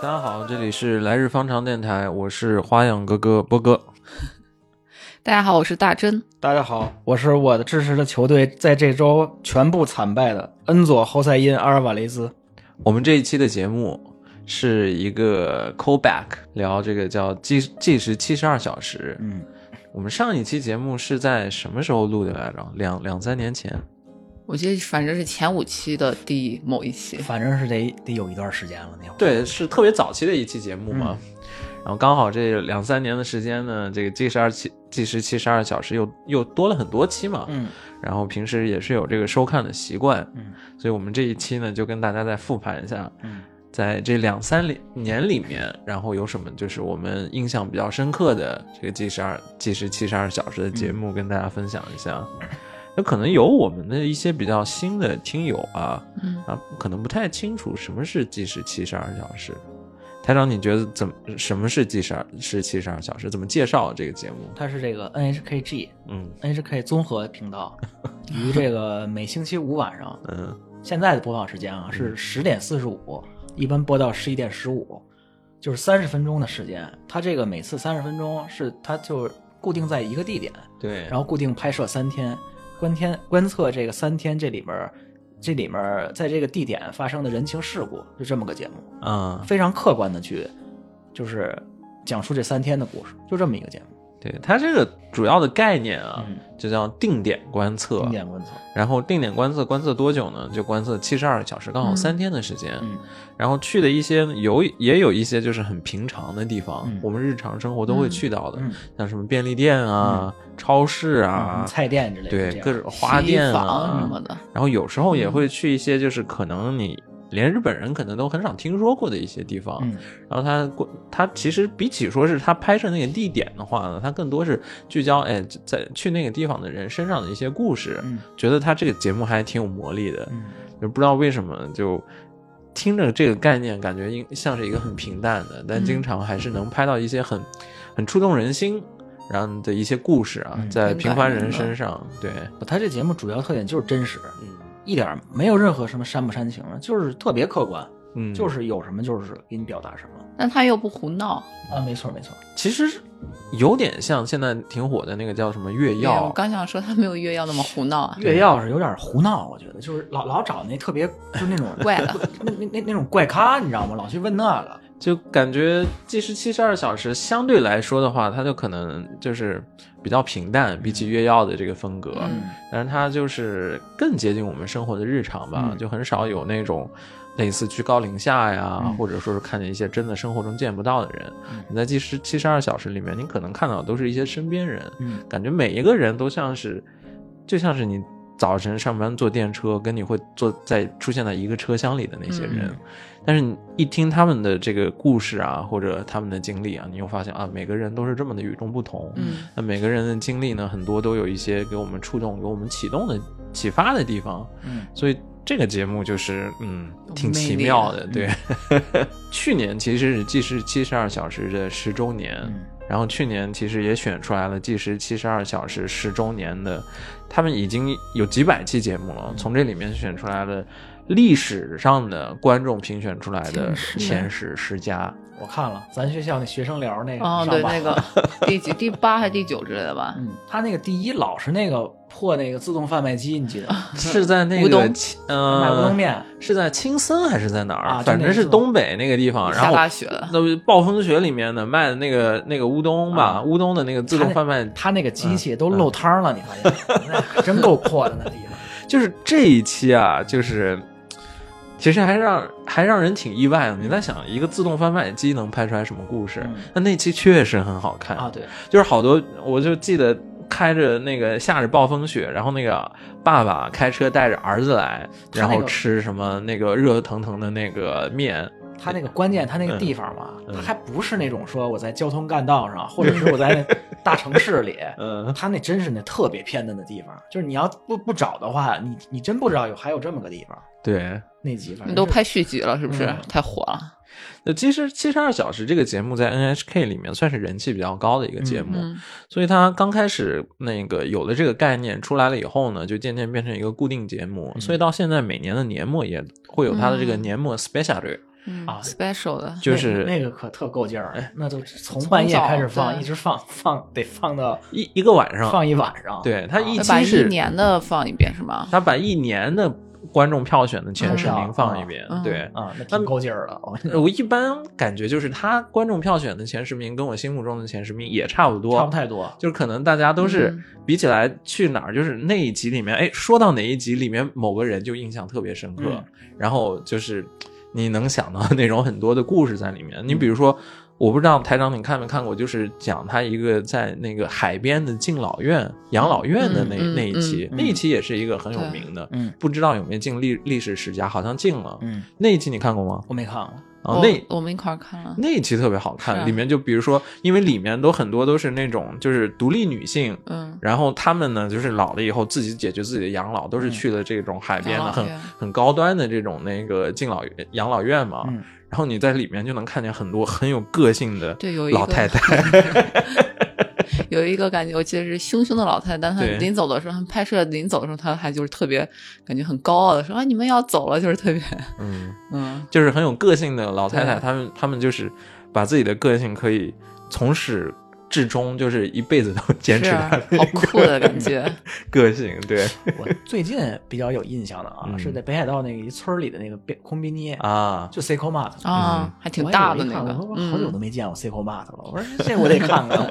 大家好，这里是来日方长电台，我是花样哥哥波哥。大家好，我是大真。大家好，我是我的支持的球队在这周全部惨败的恩佐、侯赛因、阿尔瓦雷兹。我们这一期的节目是一个 callback，聊这个叫计计时七十二小时。嗯，我们上一期节目是在什么时候录的来着？两两三年前。我记得反正是前五期的第某一期，反正是得得有一段时间了，那会儿。对，是特别早期的一期节目嘛。嗯然后刚好这两三年的时间呢，这个计时二七计时七十二小时又又多了很多期嘛。嗯然后平时也是有这个收看的习惯，嗯所以我们这一期呢就跟大家再复盘一下，嗯在这两三里年里面，然后有什么就是我们印象比较深刻的这个计时二计时七十二小时的节目，跟大家分享一下。那可能有我们的一些比较新的听友啊，嗯，啊，可能不太清楚什么是计时七十二小时。台长，你觉得怎么什么是计时二是七十二小时？怎么介绍这个节目？它是这个 NHKG 嗯 NHK 综合频 道，于这个每星期五晚上，嗯，现在的播放时间啊是十点四十五，一般播到十一点十五，就是三十分钟的时间。它这个每次三十分钟是它就固定在一个地点，对然后固定拍摄三天，观天观测这个三天这里面儿，这里面儿在这个地点发生的人情世故，就这么个节目，啊，非常客观的去，就是讲述这三天的故事，就这么一个节目，对它这个主要的概念啊，嗯就叫定点观测。经典观测，然后定点观测观测多久呢？就观测七十二小时，刚好嗯三天的时间。嗯然后去的一些有也有一些就是很平常的地方，嗯我们日常生活都会去到的，嗯像什么便利店啊、超市啊嗯，菜店之类的这对，样，各种花店洗衣房什啊么。的，然后有时候嗯也会去一些就是可能你连日本人可能都很少听说过的一些地方。嗯然后他过，他其实比起说是他拍摄那个地点的话呢，他更多是聚焦哎在去那个地方的人身上的一些故事。嗯觉得他这个节目还挺有魔力的，嗯，就不知道为什么就听着这个概念，感觉应像是一个很平淡的，但嗯经常还是能拍到一些很很触动人心，然后的一些故事啊，嗯在很平感凡人人的身上，对，它这节目主要特点就是真实，嗯一点儿没有任何什么煽不煽情的，就是特别客观，嗯，就是有什么就是给你表达什么，但他又不胡闹。嗯啊，没错没错，其实有点像现在挺火的那个叫什么越对我药，刚想说他没有越要那么胡闹啊，越要是有点胡闹，我觉得就是老老找那特别就那种怪了，那那那那种怪咖，你知道吗？老去问那个，就感觉计时七十二小时相对来说的话，它就可能就是比较平淡，比起越药的这个风格，嗯但是它就是更接近我们生活的日常吧，嗯就很少有那种类似居高临下呀，嗯或者说是看见一些真的生活中见不到的人。嗯你在计时七十二小时里面，你可能看到的都是一些身边人，嗯感觉每一个人都像是，就像是你早晨上班坐电车，跟你会坐在出现在一个车厢里的那些人。嗯但是你一听他们的这个故事啊，或者他们的经历啊，你又发现啊，每个人都是这么的与众不同。嗯那每个人的经历呢，很多都有一些给我们触动、给我们启动的、启发的地方。嗯所以这个节目就是，嗯，有挺魅奇力妙的嗯的。对， 去年其实是既是七十二小时的十周年，嗯然后去年其实也选出来了计时七十二小时十周年的，他们已经有几百期节目嗯了，从这里面选出来了历史上的观众评选出来的前十啊前十十佳，嗯我看了咱学校那学生聊嗯那个，哦，你知对，道吧那个第几 第八还是第九之类的吧？嗯，他那个第一老是那个破那个自动贩卖机，你记得吗是在那乌个冬青卖乌冬呃面，是在青森还是在哪儿？啊就反正那是个东北那个地方，嗯然下后。大雪了，那不是暴风雪里面的卖的那个那个乌冬吧，啊乌冬的那个自动贩卖，他那个机器嗯都漏汤了，你发现？ 那可真够破的那地方。就是这一期啊，就是其实还让还让人挺意外的。你在想一个自动贩卖机能拍出来什么故事嗯？那、那期确实很好看啊，，对，就是好多我就记得。开着那个下着暴风雪，然后那个爸爸开车带着儿子来，他然那后个吃什么那个热腾腾的那个面，他那个关键，他那个地方嘛，嗯他还不是那种说我在交通干道上，或者是我在那大城 市里，嗯，他那真是那特别偏的那地方，就是你要不不找的话，你你真不知道有还有这么个地方。对，那集反正嗯你都是拍续集了是不是嗯？太火了，那其实《七十二小时》这个节目在 NHK 里面算是人气比较高的一个节目，嗯所以它刚开始那个有了这个概念出来了以后呢，就渐渐变成一个固定节目，所以到现在每年的年末也会有它的这个嗯年末 special，、嗯啊，special 的，就是哎那个可特够劲儿，那都从半夜从早开始放，对一直放放得放到一一个晚上，放一晚上。啊对它一要期把一是年的放一遍是吗？他把一年的观众票选的前十嗯名放一遍，嗯对。啊，那挺够劲儿了。我呃我一般感觉就是他观众票选的前十名跟我心目中的前十名也差不多，差不太多。就是可能大家都是嗯比起来去哪儿，就是那一集里面，哎，说到哪一集里面某个人就印象特别深刻，嗯然后就是你能想到那种很多的故事在里面。嗯你比如说，我不知道台长你看没看过，就是讲他一个在那个海边的敬老院、养老院的那、嗯嗯那一期，嗯那一期也是一个很有名的，嗯不知道有没有进历历史十佳，好像进了。嗯，那一期你看过吗？我没看过。啊、我那我们一块儿看了，那一期特别好看，哦是啊里面就比如说，因为里面都很多都是那种就是独立女性，嗯，然后她们呢就是老了以后自己解决自己的养老，都是去了这种海边的、嗯养老很院很高端的这种那个敬老院养老院嘛。嗯然后你在里面就能看见很多很有个性的对，有一个老 太太，有一个感觉，我记得是凶凶的老太太，但她对临走的时候，她拍摄临走的时候，她还就是特别感觉很高傲的说啊，你们要走了，就是特别 嗯，嗯就是很有个性的老太太，对她们她们就是把自己的个性可以从始至终，就是一辈子都 坚持是啊她 好的酷的 感觉，个性， 对我最近比较有印象的啊，嗯是在北海道那个一村儿里的那个便空宾尼，啊，就 Seiko Mart 嗯啊，还挺大的我也那个没看过我，好久都嗯，没见过 Seiko Mart 了。我说这我得 看看。我说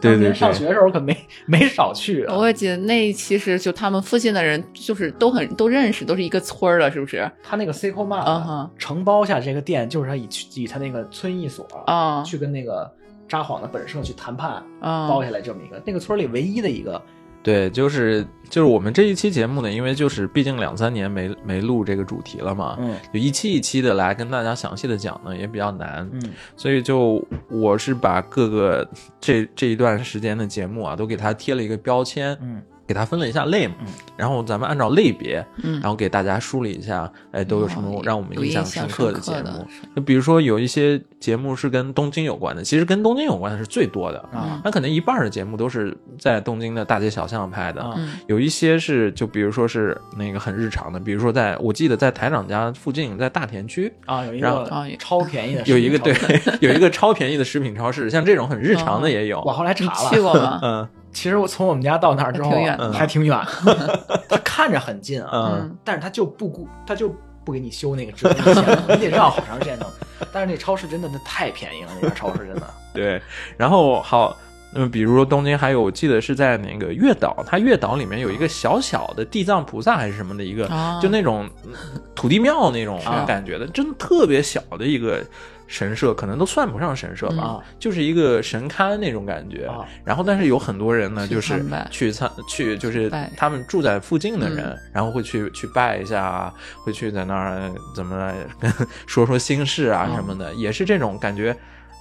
对对当对年上学的时候可没没少去啊。我也记得那其实就他们附近的人就是都很都认识，都是一个村儿的，是不是？他那个 Seiko 嗯 Mart 哼承包下这个店，就是他以以他那个村一所啊去跟那个札幌的本社去谈判啊包下来这么一个那个村里唯一的一个对，就是就是我们这一期节目呢，因为就是毕竟两三年没没录这个主题了啊嘛，嗯就一期一期的来跟大家详细的讲呢，也比较难，嗯所以就我是把各个这这一段时间的节目啊，都给它贴了一个标签，嗯给它分了一下类嘛，嗯然后咱们按照类别，嗯然后给大家梳理一下，哎，都有什么哦让我们有印印象深象刻的深刻节的目是？就比如说有一些节目是跟东京有关的，其实跟东京有关的是最多嗯的。啊那可能一半儿的节目都是在东京的大街小巷拍的，啊嗯有一些是就比如说是那个很日常的，比如说在我记得在台长家附近，在大田区啊有一然后个超便宜 的有一个食对品超市 嗯有一个超便宜的食品超市，像这种很日常的也有。我后来你查了去过 吗？嗯其实我从我们家到那儿之后还挺远的还挺远， 它看着很近啊，嗯嗯但是它就不顾，它就不给你修那个直通线，你得绕好长时间弄。 但是那超市真的那太便宜了，那家超市真的。对，然后好。嗯，比如说东京还有，我记得是在那个月岛，它月岛里面有一个小小的地藏菩萨还是什么的一个，啊就那种嗯土地庙那种啊感觉的，真的特别小的一个神社，可能都算不上神社吧，嗯就是一个神龛那种感觉。啊然后，但是有很多人呢，去就是参拜去参去，就是拜他们住在附近的人，嗯然后会去去拜一下啊，会去在那儿怎么来跟说说心事啊嗯什么的，也是这种感觉。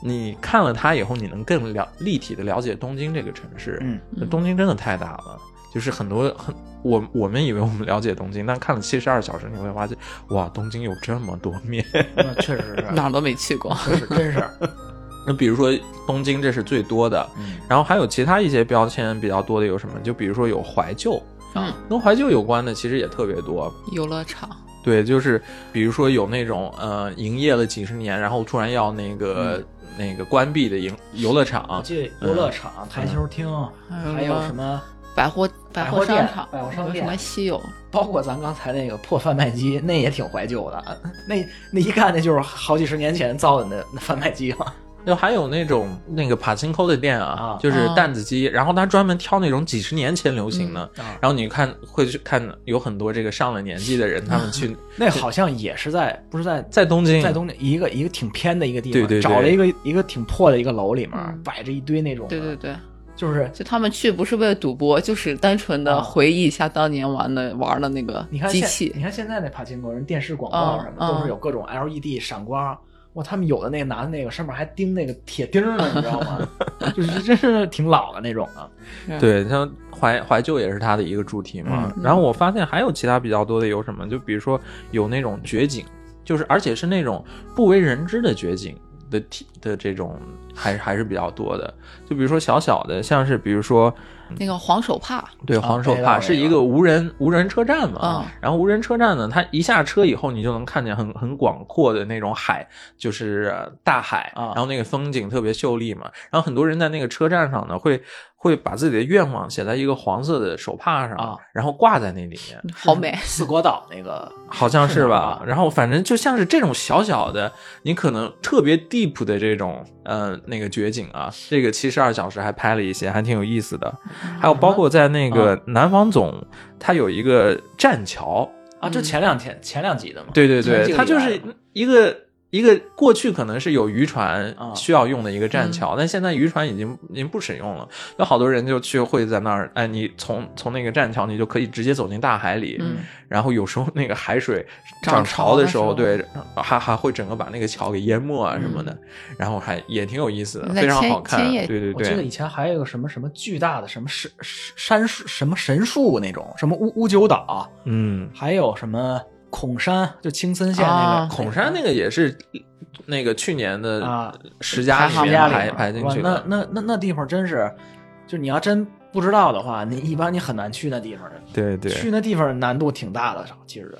你看了它以后，你能更了立体的了解东京这个城市。嗯，嗯东京真的太大了，就是很多很我我们以为我们了解东京，但看了七十二小时，你会发现，哇，东京有这么多面。 那确实是，哪儿都没去过，确实真是。那比如说东京，这是最多的， 嗯然后还有其他一些标签比较多的有什么？就比如说有怀旧，嗯，跟怀旧有关的其实也特别多。游乐场，对，就是比如说有那种呃营业了几十年，然后突然要那个、嗯那个关闭的营游乐啊我场，记得游乐场、台球厅，嗯还有什么，百货百百货货店商场，百货商有店什么稀有？包括咱刚才那个破贩卖机，那也挺怀旧的。 那那一看那就是好几十年前造的那那贩卖机了。就还有那种那个帕金扣的店啊啊，就是哦弹子机，然后他专门挑那种几十年前流行的，嗯啊然后你看会去看有很多这个上了年纪的人， 他们去那好像也是在，不是在在东京，在东京一个一个挺偏的一个地方，对对对找了一个一个挺破的一个楼里面，嗯摆着一堆那种，对对，对，就是就他们去不是为了赌博，就是单纯啊的回忆一下当年玩的玩的那个你看机现器你看现在那帕金狗人电视广告什么、嗯都是有各种 LED 闪光，哇，他们有的那个拿的那个上面还钉那个铁钉呢，你知 道吗？就是真是挺老的那种啊。对，像怀怀旧也是它的一个主题嘛。然后我发现还有其他比较多的有什么，就比如说有那种绝景，就是而且是那种不为人知的绝景的体的这种，还是还是比较多的。就比如说小小的，像是比如说嗯那个黄手帕，对黄手北帕岛是那一个个无人无人车站嘛，啊嗯然后无人车站呢，它一下车以后，你就能看见很很广阔的那种海，就是呃大海，啊然后那个风景特别秀丽嘛。然后很多人在那个车站上呢，会会把自己的愿望写在一个黄色的手帕上，啊然后挂在那里面，好美。 四国岛那个 好像是是吧吧？然后反正就像是这种小小的，你可能特别 deep 的这种，呃，那个绝景啊，这个七十二小时还拍了一些，还挺有意思的。还有包括在那个南方总，它有一个栈桥，啊，嗯就前两天前两集的嘛。对对前对，几个它礼就拜是的嘛一个一个过去可能是有渔船啊需要用的一个栈桥，但现在渔船已经已经不使用了，有好多人就去会在那儿，哎，你从从那个栈桥你就可以直接走进大海里，嗯然后有时候那个海水涨涨潮潮的时时候嗯对，还还会整个把那个桥给淹没啊什么的，然后还也挺有意思的，在非常千好看，千叶对对我记得以对。前还有一个什么什么巨大的什么神山树什么神树那种，什么乌乌九岛，嗯，还有什么孔山，就青森县那啊个孔山那个也是那个去年的啊十佳里排行面榜排里排进哇去那的。那那那地方真是，就你要真不知道的话，你一般你很难去那地方的。对对，去那地方难度挺大的，其实。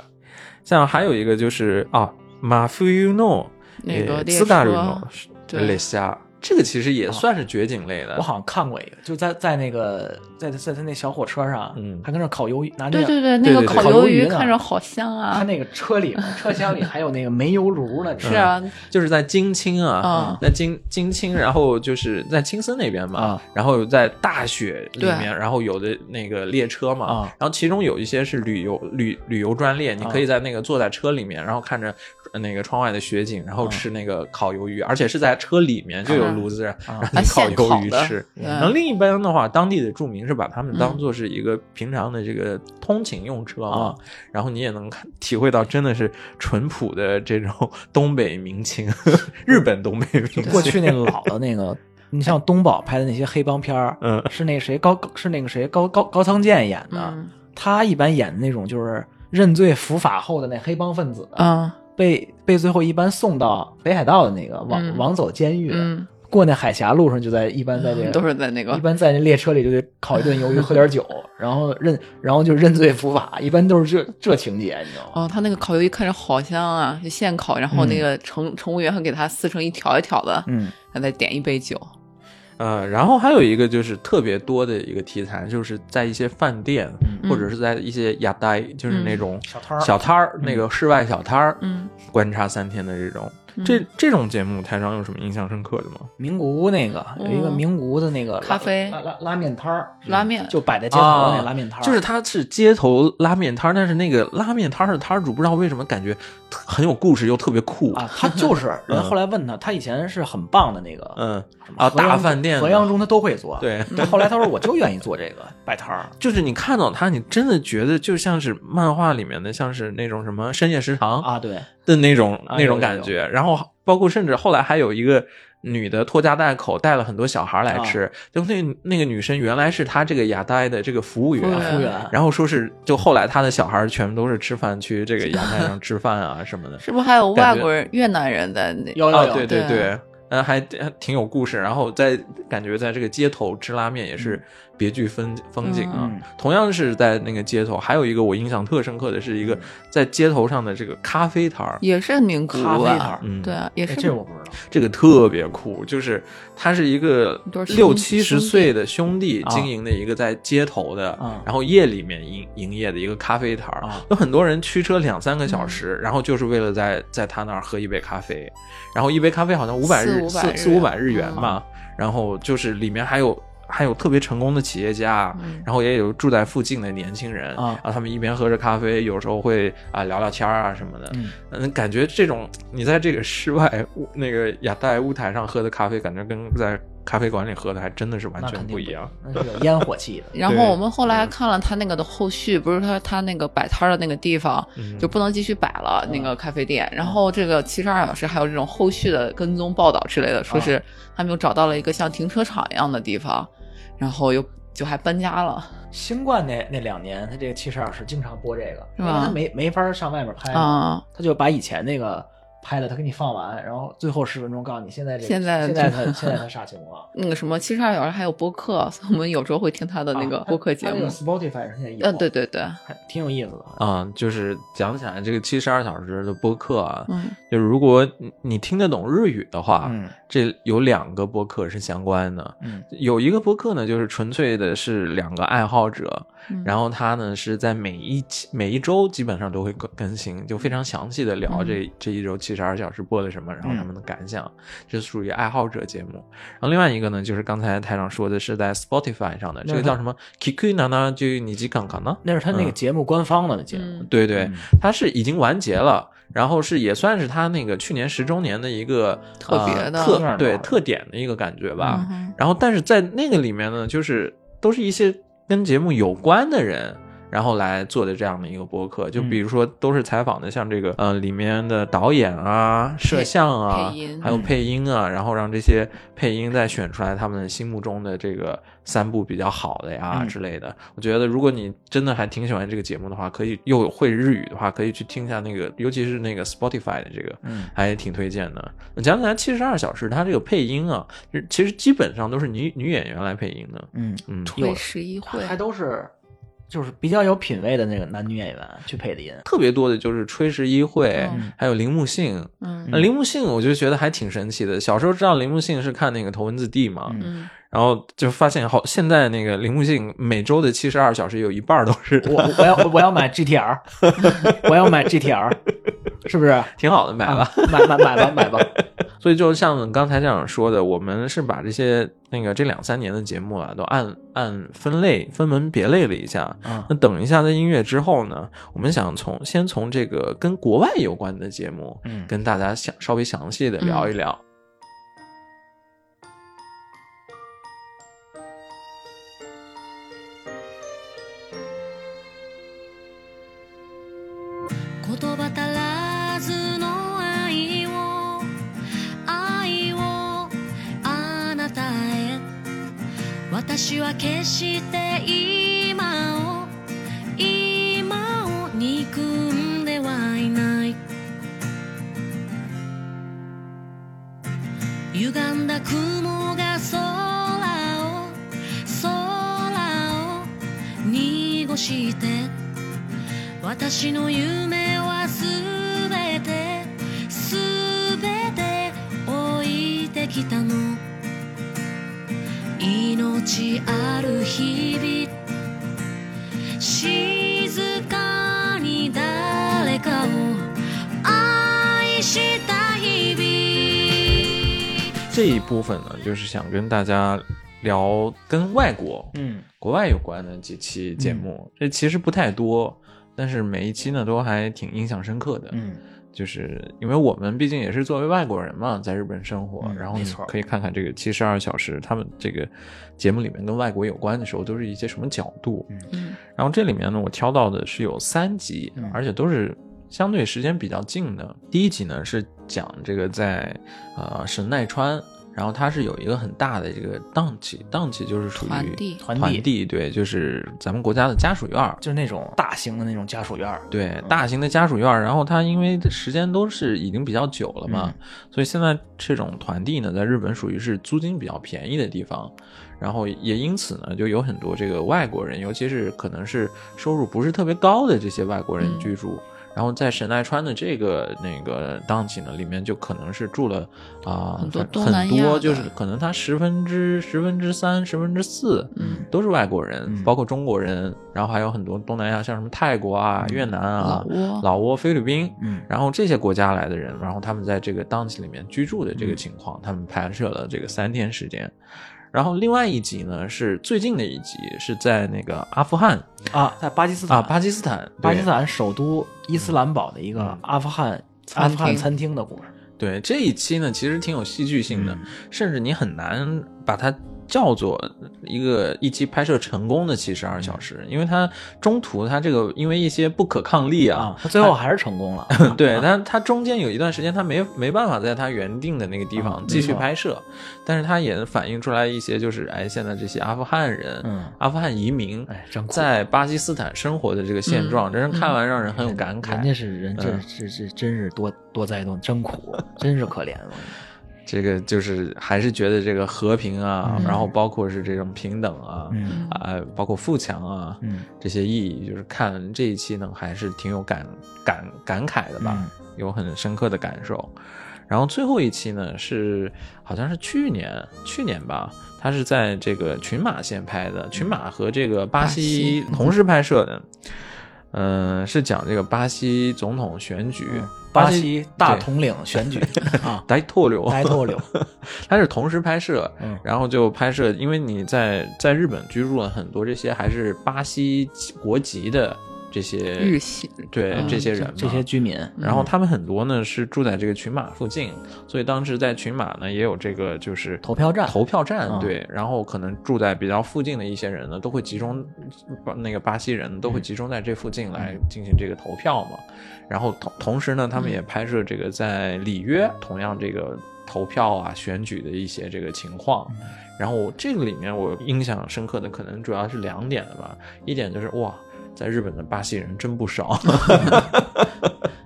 像还有一个就是啊，马夫 you know 那个列斯大瑞车诺对哦雷虾，这个其实也算是绝景类的。我好像看过一个，就在在那个在在在那小火车上，嗯还跟那烤鱿鱼，拿那对个对对，对那个对烤对鱿烤鱿鱼呢看着好香他啊！那个车 里面车厢里还有那个煤油炉嗯呢，你知是道吗啊，就是在金青啊啊，在金金青，然后就是在青森那哦边嘛啊，然后在大雪里对面，然后有的那个列车嘛啊，然后其中有一些是旅游旅旅游专列，你可以在那个坐在车里面，然后看着呃那个窗外的雪景，然啊后吃那个烤鱿鱼，而且是在车里面就有炉子，然后啊你烤现烤鱿鱼的嗯吃。嗯对然后另一边的话，当地的住民是把他们当做是一个平常的这个通勤用车嘛，啊然后你也能看体会到真的是淳朴的这种东北民 情，日本东北民过情。去那老的那个，你像东宝拍的那些黑帮片儿，嗯是那谁高是那个谁高高高仓健演的，嗯他一般演的那种就是认罪伏法后的那黑帮分子，嗯被被最后一般送到北海道的那个往、嗯往走监狱，嗯，过那海峡路上就在一般在这个、都是在那一个般在那列车里就得烤一顿鱿鱼，喝点 酒，然后认然后就认罪伏法，一般都是这这情节，你知道吗？哦，他那个烤鱿鱼看着好香啊，就现烤，然后那个乘、乘务员还给它撕成一条一条的，嗯，然后再点一杯酒。呃，然后还有一个就是特别多的一个题材，就是在一些饭店、嗯或者是在一些亚呆，就是那种小摊儿小摊儿、那个室外小摊儿，嗯，观察三天的这种。嗯这这种节目，台上有什么印象深刻的吗？名古屋那个有一个嗯名古屋的那个咖啡拉拉拉面摊儿，拉面啊就摆在街头的那个拉面摊儿，就是它是街头拉面摊儿，但是那个拉面摊儿的摊主不知道为什么感觉特很有故事又特别酷啊，他就是 人。后来问他，他以前是很棒的那个，嗯什么啊，河阳大饭店河阳中他都会做，对。但后来他说我就愿意做这个摆 摊儿，就是你看到它，你真的觉得就像是漫画里面的，像是那种什么深夜食堂啊，对，的那种、啊那种有感有觉。然后包括甚至后来还有一个女的拖家带口带了很多小孩来啊吃，就那个那个女生原来是她这个亚呆的这个服务员，服务员服务员然后说是就后来她的小孩全部都是吃饭去这个阳台上吃饭啊什 么的，是不是还有感外觉国人、越南人在那？有啊，有对有，对对对，嗯，还还挺有故事。然后在感觉在这个街头吃拉面也是别具风风景啊。嗯同样是在那个街头，还有一个我印象特深刻的是嗯一个在街头上的这个咖啡摊儿，也是名古咖屋啡摊啊儿，，嗯，对啊，也哎是这我不知道，这个特别酷，就是他是一个都是兄六七十兄弟岁的兄弟啊经营的一个在街头的，啊然后夜里面营营业的一个咖啡摊儿，啊有很多人驱车两三个小嗯时，然后就是为了在在他那儿喝一杯咖啡，然后一杯咖啡好像五百四日五百四日四五百日元啊元吧，然后就是里面还有。还有特别成功的企业家，嗯。然后也有住在附近的年轻人啊然后他们一边喝着咖啡，有时候会啊聊聊天儿啊什么的，嗯，嗯，感觉这种你在这个室外屋那个亚太屋台上喝的咖啡，感觉跟在咖啡馆里喝的还真的是完那全肯定不一样。，那是有烟火气的然对后我们后来还看了他那个的后续，不是他他那个摆摊儿的那个地方嗯就不能继续摆了，那个咖啡店。然后这个七十二小时还有这种后续的跟踪报道之类的，说是他们又找到了一个像停车场一样的地方，然后又就还搬家了。 新冠那那两年，他这个七十二小时经常播这个，是因吧为他没没法上外面拍嘛，啊，他就把以前那个拍的，他给你放完，然后最后十分钟告诉你现在这个现在现在他现在他啥情况。那个什么七十二小时还有播客，所以我们有时候会听他的 那个啊播客节他他那目个。Spotify 现在有，嗯、对，对对，还挺有意思的啊。嗯，就是讲起来这个七十二小时的播客啊，嗯就如果你你听得懂日语的啊话，嗯这有两个播客是相关的。嗯有一个播客呢，就是纯粹的是两个爱好者，嗯然后他呢是在每一期每一周基本上都会更更新，就非常详细的聊嗯这、这一周七十二小时播了什么，然后他们的感想，这属于爱好者节目。然后另外一个呢，就是刚才台长说的是在 Spotify 上的，那这个他叫什么 “Kiku n a 就你几杠杠呢？那是他那个嗯节目官方的那节目，嗯对对，嗯它是已经完结了，然后是也算是它那个去年十周年的一个特别的呃、特特点对吧特点的一个感觉吧。嗯哼然后，但是在那个里面呢，就是都是一些跟节目有关的人。然后来做的这样的一个播嗯客，就比如说都是采访的，像这个呃里面的导演啊、摄像啊嗯配音，还有配音啊，然后让这些配音再选出来他们心目中的这个三部比较好的呀嗯之类的。我觉得如果你真的还挺喜欢这个节目的话，可以又会日语的话，可以去听一下那个，尤其是那个 Spotify 的这个，嗯还挺推荐的。讲起来，七十二小时它这个配音啊，是其实基本上都是女女演员来配音的。嗯，嗯，会十一会还都是就是比较有品位的那个男女演员去配的音，特别多的就是吹石一会，嗯还有铃木杏。嗯那铃木杏，我就觉得还挺神奇的。小时候知道铃木杏是看那个《头文字 D》嘛，嗯嗯，然后就发现好，现在那个铃木杏每周的七十二小时有一半都是我我要我要 买 GTR，我要买 GTR，是不是？挺好的，买吧。嗯啊，买买买吧 买吧，所以就像刚才这样说的，我们是把这些那个这两三年的节目啊，都按按分类分门别类了一下。啊那等一下在音乐之后呢，我们想从先从这个跟国外有关的节目，嗯跟大家想稍微详细的聊一聊。言葉足らずの愛を愛をあなたへ私は決して今を今を憎んではいない歪んだ雲が空を空を濁して私の夢はすべてすべて置いてきたの命ある日々静かに誰かを愛した日々这一部分呢，就是想跟大家聊跟外国、嗯国外有关的几期节目。这其实不太多，但是每一期呢都还挺印象深刻的。嗯就是因为我们毕竟也是作为外国人嘛，在日本生活，嗯然后没你错可以看看这个七十二小时，他们这个节目里面跟外国有关的时候，都是一些什么角度。嗯嗯然后这里面呢，我挑到的是有三集，嗯而且都是相对时间比较近的。第一集呢是讲这个在呃神奈川。然后它是有一个很大的这个档期，档期就是属于团地团地团地对，就是咱们国家的家属院儿，就是那种大型的那种家属院儿，对，大型的家属院儿，然后它因为时间都是已经比较久了嘛，嗯所以现在这种团地呢，在日本属于是租金比较便宜的地方，然后也因此呢，就有很多这个外国人，尤其是可能是收入不是特别高的这些外国人嗯居住。然后在神奈川的这个那个档期呢，里面就可能是住了啊、很多反东很南亚多的就是可能他十分之十分之三十分之四，嗯，都是外国人，嗯包括中国人，然后还有很多东南亚，像什么泰国啊、嗯越南啊、老挝老挝、菲律宾，嗯然后这些国家来的人，然后他们在这个档期里面居住的这嗯个情况，他们拍摄了这个三天时间。然后另外一集呢是最近的一集，是在那个阿富汗啊，在巴基斯坦啊，巴基斯坦，巴基对斯坦首都伊斯兰堡的一个嗯阿富汗餐阿富汗厅餐厅的故事，对这一期呢，其实挺有戏剧性的，嗯甚至你很难把它叫做一个一期拍摄成功的七十二小嗯时，因为它中途它这个因为一些不可抗力啊啊，，他最后还是成功 了。对，但它中间有一段时间它没没办法在它原定的那个地嗯方没继续错拍摄，但是它也反映出来一些就是哎现在这些阿富汗人、嗯，阿富汗移民哎，真酷嗯在巴基斯坦生活的这个现状，真是看完让人很有感人慨。家是人，这嗯这这真是多多灾多，真苦，真是可怜。我跟你说这个就是还是觉得这个和平啊，嗯然后包括是这种平等啊，嗯啊，包括富强啊，嗯，这些意义，就是看这一期呢，还是挺有感感感慨的吧，有很深刻的感受。然后最后一期呢，是好像是去年，去年吧，它是在这个群马县拍的，群马和这个巴西巴西同时拍摄的。嗯、是讲这个巴西总统选举，嗯巴西西大对统领 选举啊，大透流，呆透流。它是同时拍摄，嗯然后就拍摄，因为你在在日本居住了很多这些还是巴西国籍的这些日系对、嗯这些人嘛啊嗯这些居民，然后他们很多呢是住在这个群马附近，所以当时在群马呢也有这个就是投票站投票站、嗯对，然后可能住在比较附近的一些人呢都会集中，把那个巴西人都会集中在这附近来进行这个投票嘛。然后同同时呢，他们也拍摄这个在里约嗯同样这个投票啊选举的一些这个情况。嗯然后这个里面我印象深刻的可能主要是两点了吧，一点就是哇。在日本的巴西人真不 少，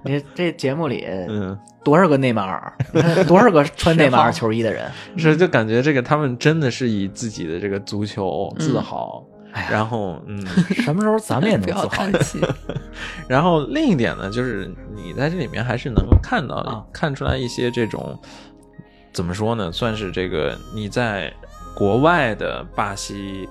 你这节目里嗯，多少个内马尔， 你看多少个穿内马尔球衣的人，嗯是就感觉这个他们真的是以自己的这个足球嗯自豪，哎然后嗯，什么时候咱们也能 不要自豪？叹气，然后另一点呢，就是你在这里面还是能够看到、啊看出来一些这种怎么说呢，算是这个你在国外的巴西。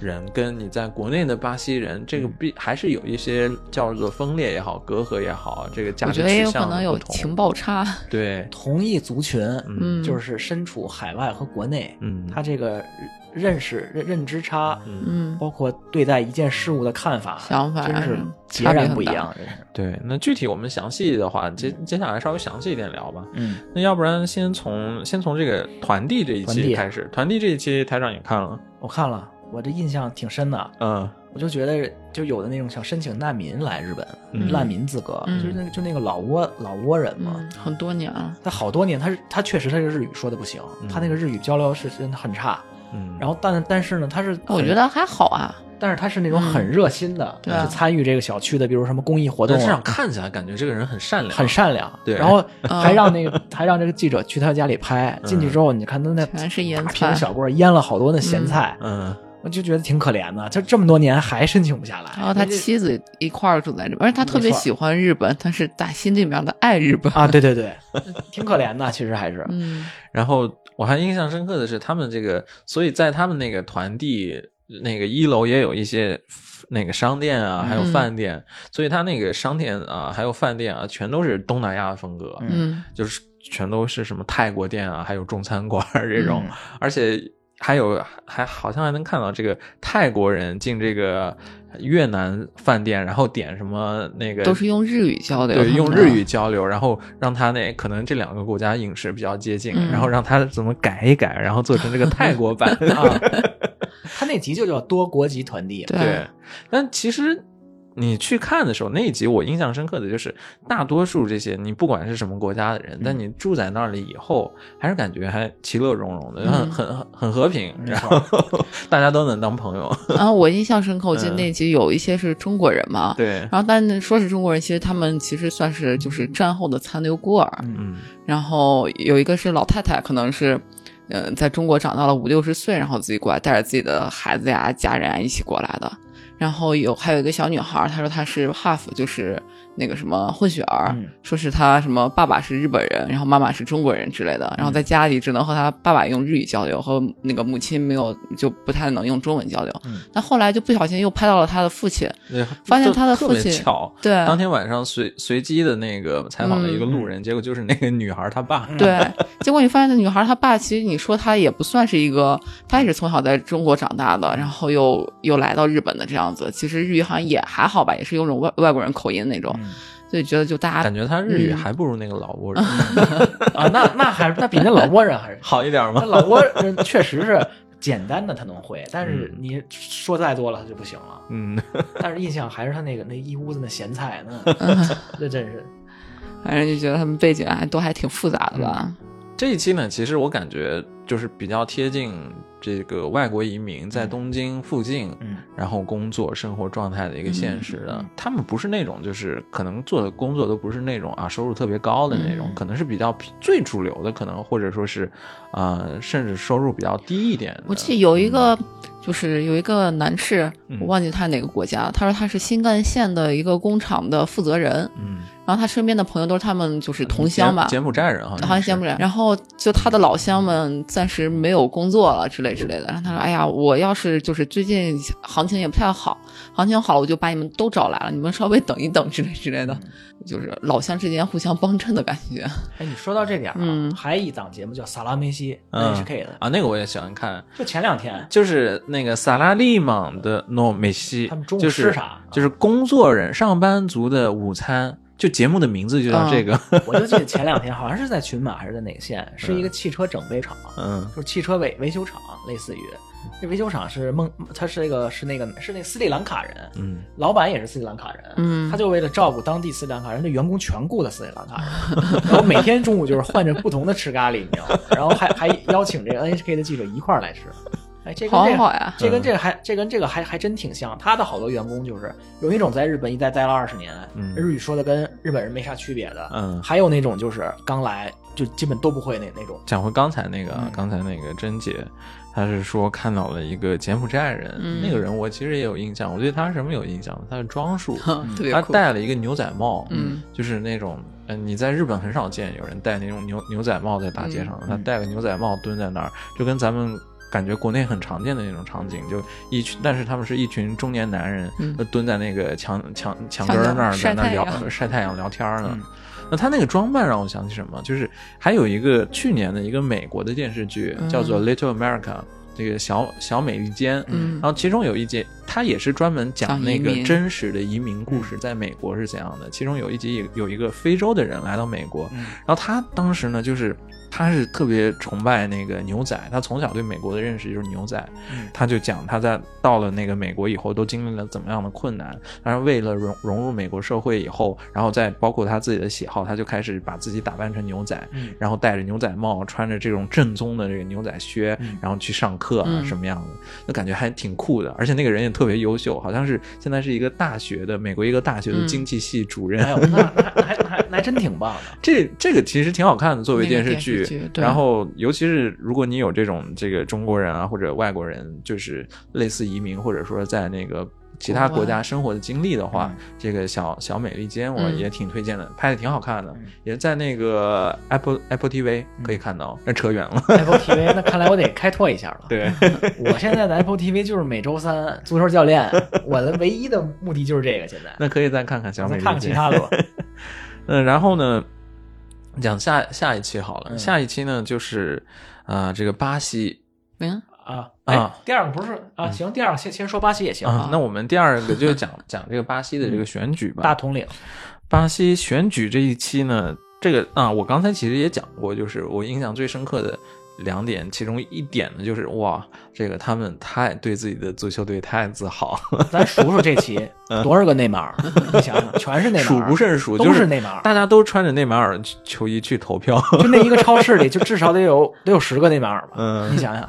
人跟你在国内的巴西人，这个嗯必还是有一些叫做分裂也好，隔阂也好，这个价我值觉得也取有可向能的有不同情报差。对，同一族群，嗯，就是身处海外和国内，嗯，他这个认识认认知差，嗯嗯，包括对待一件事物的看法、想法哦啊真是截差别然很不一大样，真是。对。那具体我们详细的话，接接下来稍微详细一点聊吧。嗯，那要不然先从先从这个团地这一团期地开始，团地这一期台长也看了，我看了，我这印象挺深的。嗯我就觉得，就有的那种想申请难民来日本，嗯难民资格，嗯就是那个就那个老挝老挝人嘛，嗯，很多年了，他好多年，他是他确实他这个日语说的不行，嗯他那个日语交流是真的很差。嗯，然后后但但是呢，他是我觉，得还好啊。但是他是那种很热心的，对啊去参与这个小区的，比如什么公益活动但是这啊、样看起来感觉这个人很善良，很善良。对然后嗯还让那个、 还让这个记者去他家里拍，进去之嗯后你看他那全是腌大菜瓶小锅腌了好多那咸菜，嗯我就觉得挺可怜的，就这么多年还申请不下来。然后他这妻子一块儿住在这边，而且他特别没错喜欢日本，他是打心里面的爱日本。啊，对对对，挺可怜的，其实还是。嗯，然后我还印象深刻的是他们这个，所以在他们那个团地那个一楼也有一些。那个商店啊，还有嗯饭店，所以他那个商店啊，还有饭店啊，全都是东南亚的风格，嗯嗯，就是全都是什么泰国店啊，还有中餐馆儿这种，嗯 而且还有还好像还能看到这个泰国人进这个越南饭店，然后点什么那个都是用嗯日语交流，对用他们日语交流，然后让他那可能这两个国家饮食比较接近，嗯然后让他怎么改一改，然后做成这个泰国版啊，他那集就叫多国籍团地，对对，但其实你去看的时候，那一集我印象深刻的就是，大多数这些你不管是什么国家的人，嗯但你住在那里以后，还是感觉还其乐融融的，很嗯很很很和平，没然错后 大家都能当朋友。然后我印象深刻，我记得嗯那集有一些是中国人嘛。对，然后，但说是中国人，其实他们其实算是就是战后的残留孤儿。嗯嗯然后有一个是老太太，可能是，呃，在中国长到了五六十岁，然后自己过来，带着自己的孩子呀、家人啊一起过来的。然后有还有一个小女孩，她说她是 half，就是那个什么混血儿，嗯说是她什么爸爸是日本人，然后妈妈是中国人之类嗯的。然后在家里只能和她爸爸用日语交流，和那个母亲没有就不太能用中文交流。嗯但后来就不小心又拍到了她的父亲，对，发现特他的特父别亲巧。对，当天晚上随随机的那个采访了一个路人，结果就是那个女孩她爸。嗯对，结果你发现那女孩她爸，其实你说她也不算是一个，她也是从小在中国长大的，然后又又来到日本的这样子。其实日语好像也还好吧，也是有种外外国人口音那种，嗯所以觉得就大家感觉她日语嗯还不如那个老挝人、 啊，那那还是那比那老挝人还是好一点那吗？老挝人确实是简单的他能会，但是嗯你说再多了他就不行了。嗯，但是印象还是他那个那一屋子那咸菜呢， 这真 是反正就觉得他们背景啊还都还挺复杂的吧。这一期呢，其实我感觉就是比较贴近这个外国移民嗯在东京附近，嗯然后工作生活状态的一个现实的。嗯嗯他们不是那种就是可能做的工作都不是那种啊收入特别高的那种，嗯可能是比较最主流的，可能或者说是呃甚至收入比较低一点的。我记得有一个，就是有一个男士嗯，我忘记他哪个国家了，他说他是新干线的一个工厂的负责人，嗯然后他身边的朋友都是他们就是同乡吧柬，柬埔寨人好像好像是柬埔寨，然后就他的老乡们暂时没有工作了之类之类的。然后他说：“哎呀，我要是就是最近行情也不太好，行情好了我就把你们都找来了，你们稍微等一等之类之类的，就是老乡之间互相帮衬的感 觉。哎，你说到这点儿啊，嗯还一档节目叫《萨拉梅西嗯 NHK 的，啊，那个我也喜欢看。就前两天，就是那个萨拉利芒的诺美西，他们中午就是吃啥就是工作人上班族的午餐，就节目的名字就叫这个，我就记得前两天好像是在群马还是在哪个县，是一个汽车整备啊厂， 嗯就是汽车维维修厂，类似于这维修厂是孟，他是那个是那个是那斯里兰卡人，嗯老板也是斯里兰卡人，嗯他就为了照顾当地斯里兰卡人，这员工全雇的斯里兰 卡人，然后每天中午就是换着不同的吃咖喱，你知道吗？然后还还邀请这个 NHK 的记者一块儿来吃，哎，这跟好这个好 呀这嗯跟这个还这跟这个还还真挺像，他的好多员工就是有那种在日本一待待了二十年，嗯日语说的跟日本人没啥区别的，嗯。还有那种就是刚来就基本都不会那那种，讲回刚才那个啊，嗯刚才那个甄姐，她是说看到了一个柬埔寨人，嗯那个人我其实也有印象，我对他什么有印象呢？他是装束，特别他酷。戴了一个牛仔帽，嗯，就是那种，嗯、你在日本很少见有人戴那种牛牛仔帽在大街上的，嗯他戴个牛仔帽蹲在那儿，就跟咱们感觉国内很常见的那种场景，就一群，但是他们是一群中年男人，嗯就蹲在那个墙墙墙根儿那儿，在墙那儿聊角晒太阳晒太阳聊天儿呢。嗯那他那个装扮让我想起什么？就是还有一个去年的一个美国的电视剧嗯叫做《Little America》，这个小小美利坚，嗯然后其中有一集，它也是专门讲讲那移个民真实的移民故事，在美国是怎样的。其中有一集有有一个非洲的人来到美国，嗯然后他当时呢就是。他是特别崇拜那个牛仔，他从小对美国的认识就是牛仔，嗯他就讲他在到了那个美国以后都经历了怎么样的困难，但是为了融融入美国社会以后，然后再包括他自己的喜好，他就开始把自己打扮成牛仔，嗯然后戴着牛仔帽，穿着这种正宗的这个牛仔靴，嗯然后去上课啊嗯什么样的，就感觉还挺酷的。而且那个人也特别优秀，好像是现在是一个大学的美国一个大学的嗯经济系主任。哎 呦，那那那还那还那还真挺棒的。这这个其实挺好看的，作为那个电视剧。电视剧对然后，尤其是如果你有这种这个中国人啊或者外国人，就是类似移民或者说在那个其他国外国家生活的经历的话，嗯这个小小美利坚我嗯也挺推荐的，拍的挺好看的嗯，也在那个 Apple Apple TV 嗯可以看到。那、扯远了， Apple TV，那看来我得开拓一下 了。对，我现在的 Apple TV 就是每周三足球教练，我的唯一的目的就是这个。现在 那可以再看看小我美再利看看坚其。他的吧。啊嗯，然后呢，讲下下一期好了，嗯下一期呢就是啊、呃这个巴西嗯，啊，哎啊，第二个不是啊，行，第二个先先说巴西也行。啊，那我们第二个 就讲讲这个巴西的这个选举嗯大吧。统领，巴西选举这一期呢，这个啊，我刚才其实也讲过，就是我印象最深刻的两点，其中一点呢就是哇，这个他们太对自己的足球队太自豪了，咱数数这期多少个内马尔？你想想，全是内马嗯数尔，不胜数，都就是内马尔。大家都穿着内马尔球衣去投票，就那一个超市里，就至少得有得有十个内马尔吧？嗯你想想，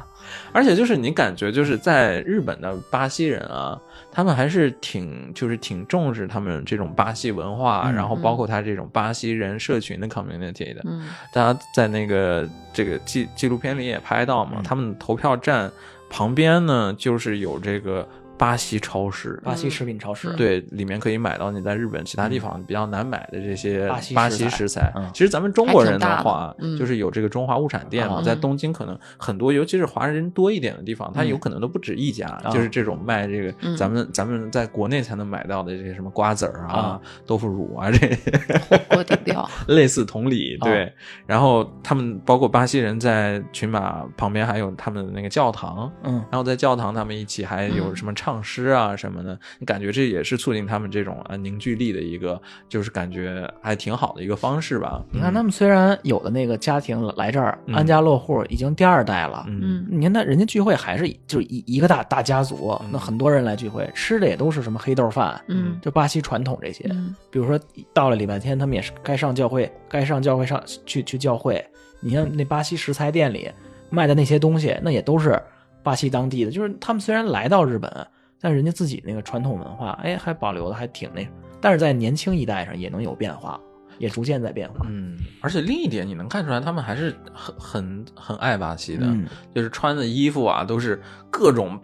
而且就是你感觉就是在日本的巴西人啊，他们还是挺就是挺重视他们这种巴西文化，嗯然后包括他这种巴西人社群的 community 的，嗯，大家在那个这个纪纪录片里也拍到嘛，嗯他们投票站旁边呢就是有这个巴西超市，巴西食品超市，嗯对，里面可以买到你在日本其他地方比较难买的这些巴西巴食西材食材嗯。其实咱们中国人的话还，挺大的嗯就是有这个中华物产店嘛，啊在东京可能很多，尤其是华人多一点的地方，它嗯有可能都不止一家，啊就是这种卖这个嗯咱们咱们在国内才能买到的这些什么瓜子儿啊啊、豆腐乳啊这些。 锅底料，类似同理，啊对。然后他们包括巴西人在群马旁边还有他们的那个教堂，嗯然后在教堂他们一起还有什么唱唱诗啊什么的，你感觉这也是促进他们这种啊凝聚力的一个，就是感觉还挺好的一个方式吧。你看他们虽然有的那个家庭来这儿嗯安家落户，已经第二代了，嗯，嗯你看那人家聚会还是就是一一个大大家族嗯，那很多人来聚会，吃的也都是什么黑豆饭，嗯就巴西传统这些。嗯比如说到了礼拜天，他们也是该上教会，该上教会上去去教会。你看那巴西食材店里卖的那些东西，那也都是巴西当地的。就是他们虽然来到日本，但人家自己那个传统文化，哎，还保留的还挺那，但是在年轻一代上也能有变化，也逐渐在变化。嗯，而且另一点，你能看出来他们还是很很很爱巴西的，嗯就是穿的衣服啊，都是各种，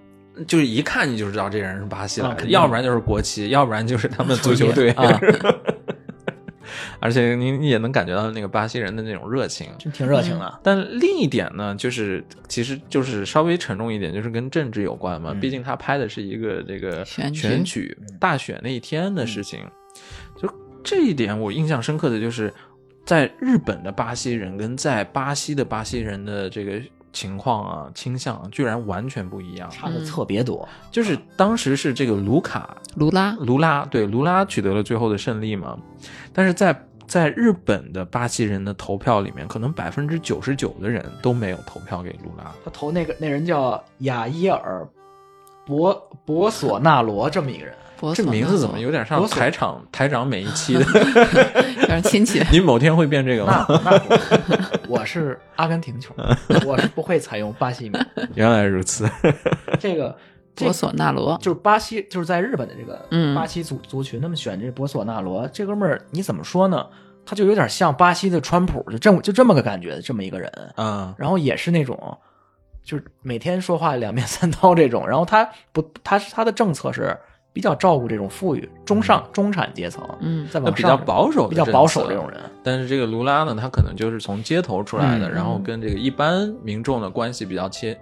就是一看你就知道这人是巴西来啊的，肯定要不然就是国旗，要不然就是他们足球队。啊 而且你你也能感觉到那个巴西人的那种热情。就挺热情嗯的。但另一点呢，就是其实就是稍微沉重一点，就是跟政治有关嘛。嗯毕竟他拍的是一个这个选举嗯选举大选那一天的事情，就这一点我印象深刻的就是，在日本的巴西人跟在巴西的巴西人的这个情况啊倾向啊居然完全不一样。差嗯的特别多，就是当时是这个卢卡卢拉，卢拉对卢拉取得了最后的胜利嘛，但是在在日本的巴西人的投票里面，可能百分之九十九的人都没有投票给卢拉。他投那个那人叫雅耶尔博博索纳罗这么一个人，博这索名纳字怎么罗有点像罗索台长台长每一期的？ 有点亲戚？你某天会变这个那吗？那不我 是阿根廷球迷，我是不会采用巴西名。原来如此。这个这 博索纳罗，就是巴西，就是在日本的这个嗯巴西族族群，他们选这博索纳罗这哥们儿，你怎么说呢？他就有点像巴西的川普，就这么就这么个感觉，这么一个人。嗯然后也是那种，就是每天说话两面三刀这种。然后他不，他他的政策是比较照顾这种富裕中上中产阶层，嗯再那往比较上保守的比较政保守策这种人。但是这个卢拉呢，他可能就是从街头出来的，嗯然后跟这个一般民众的关系比较亲。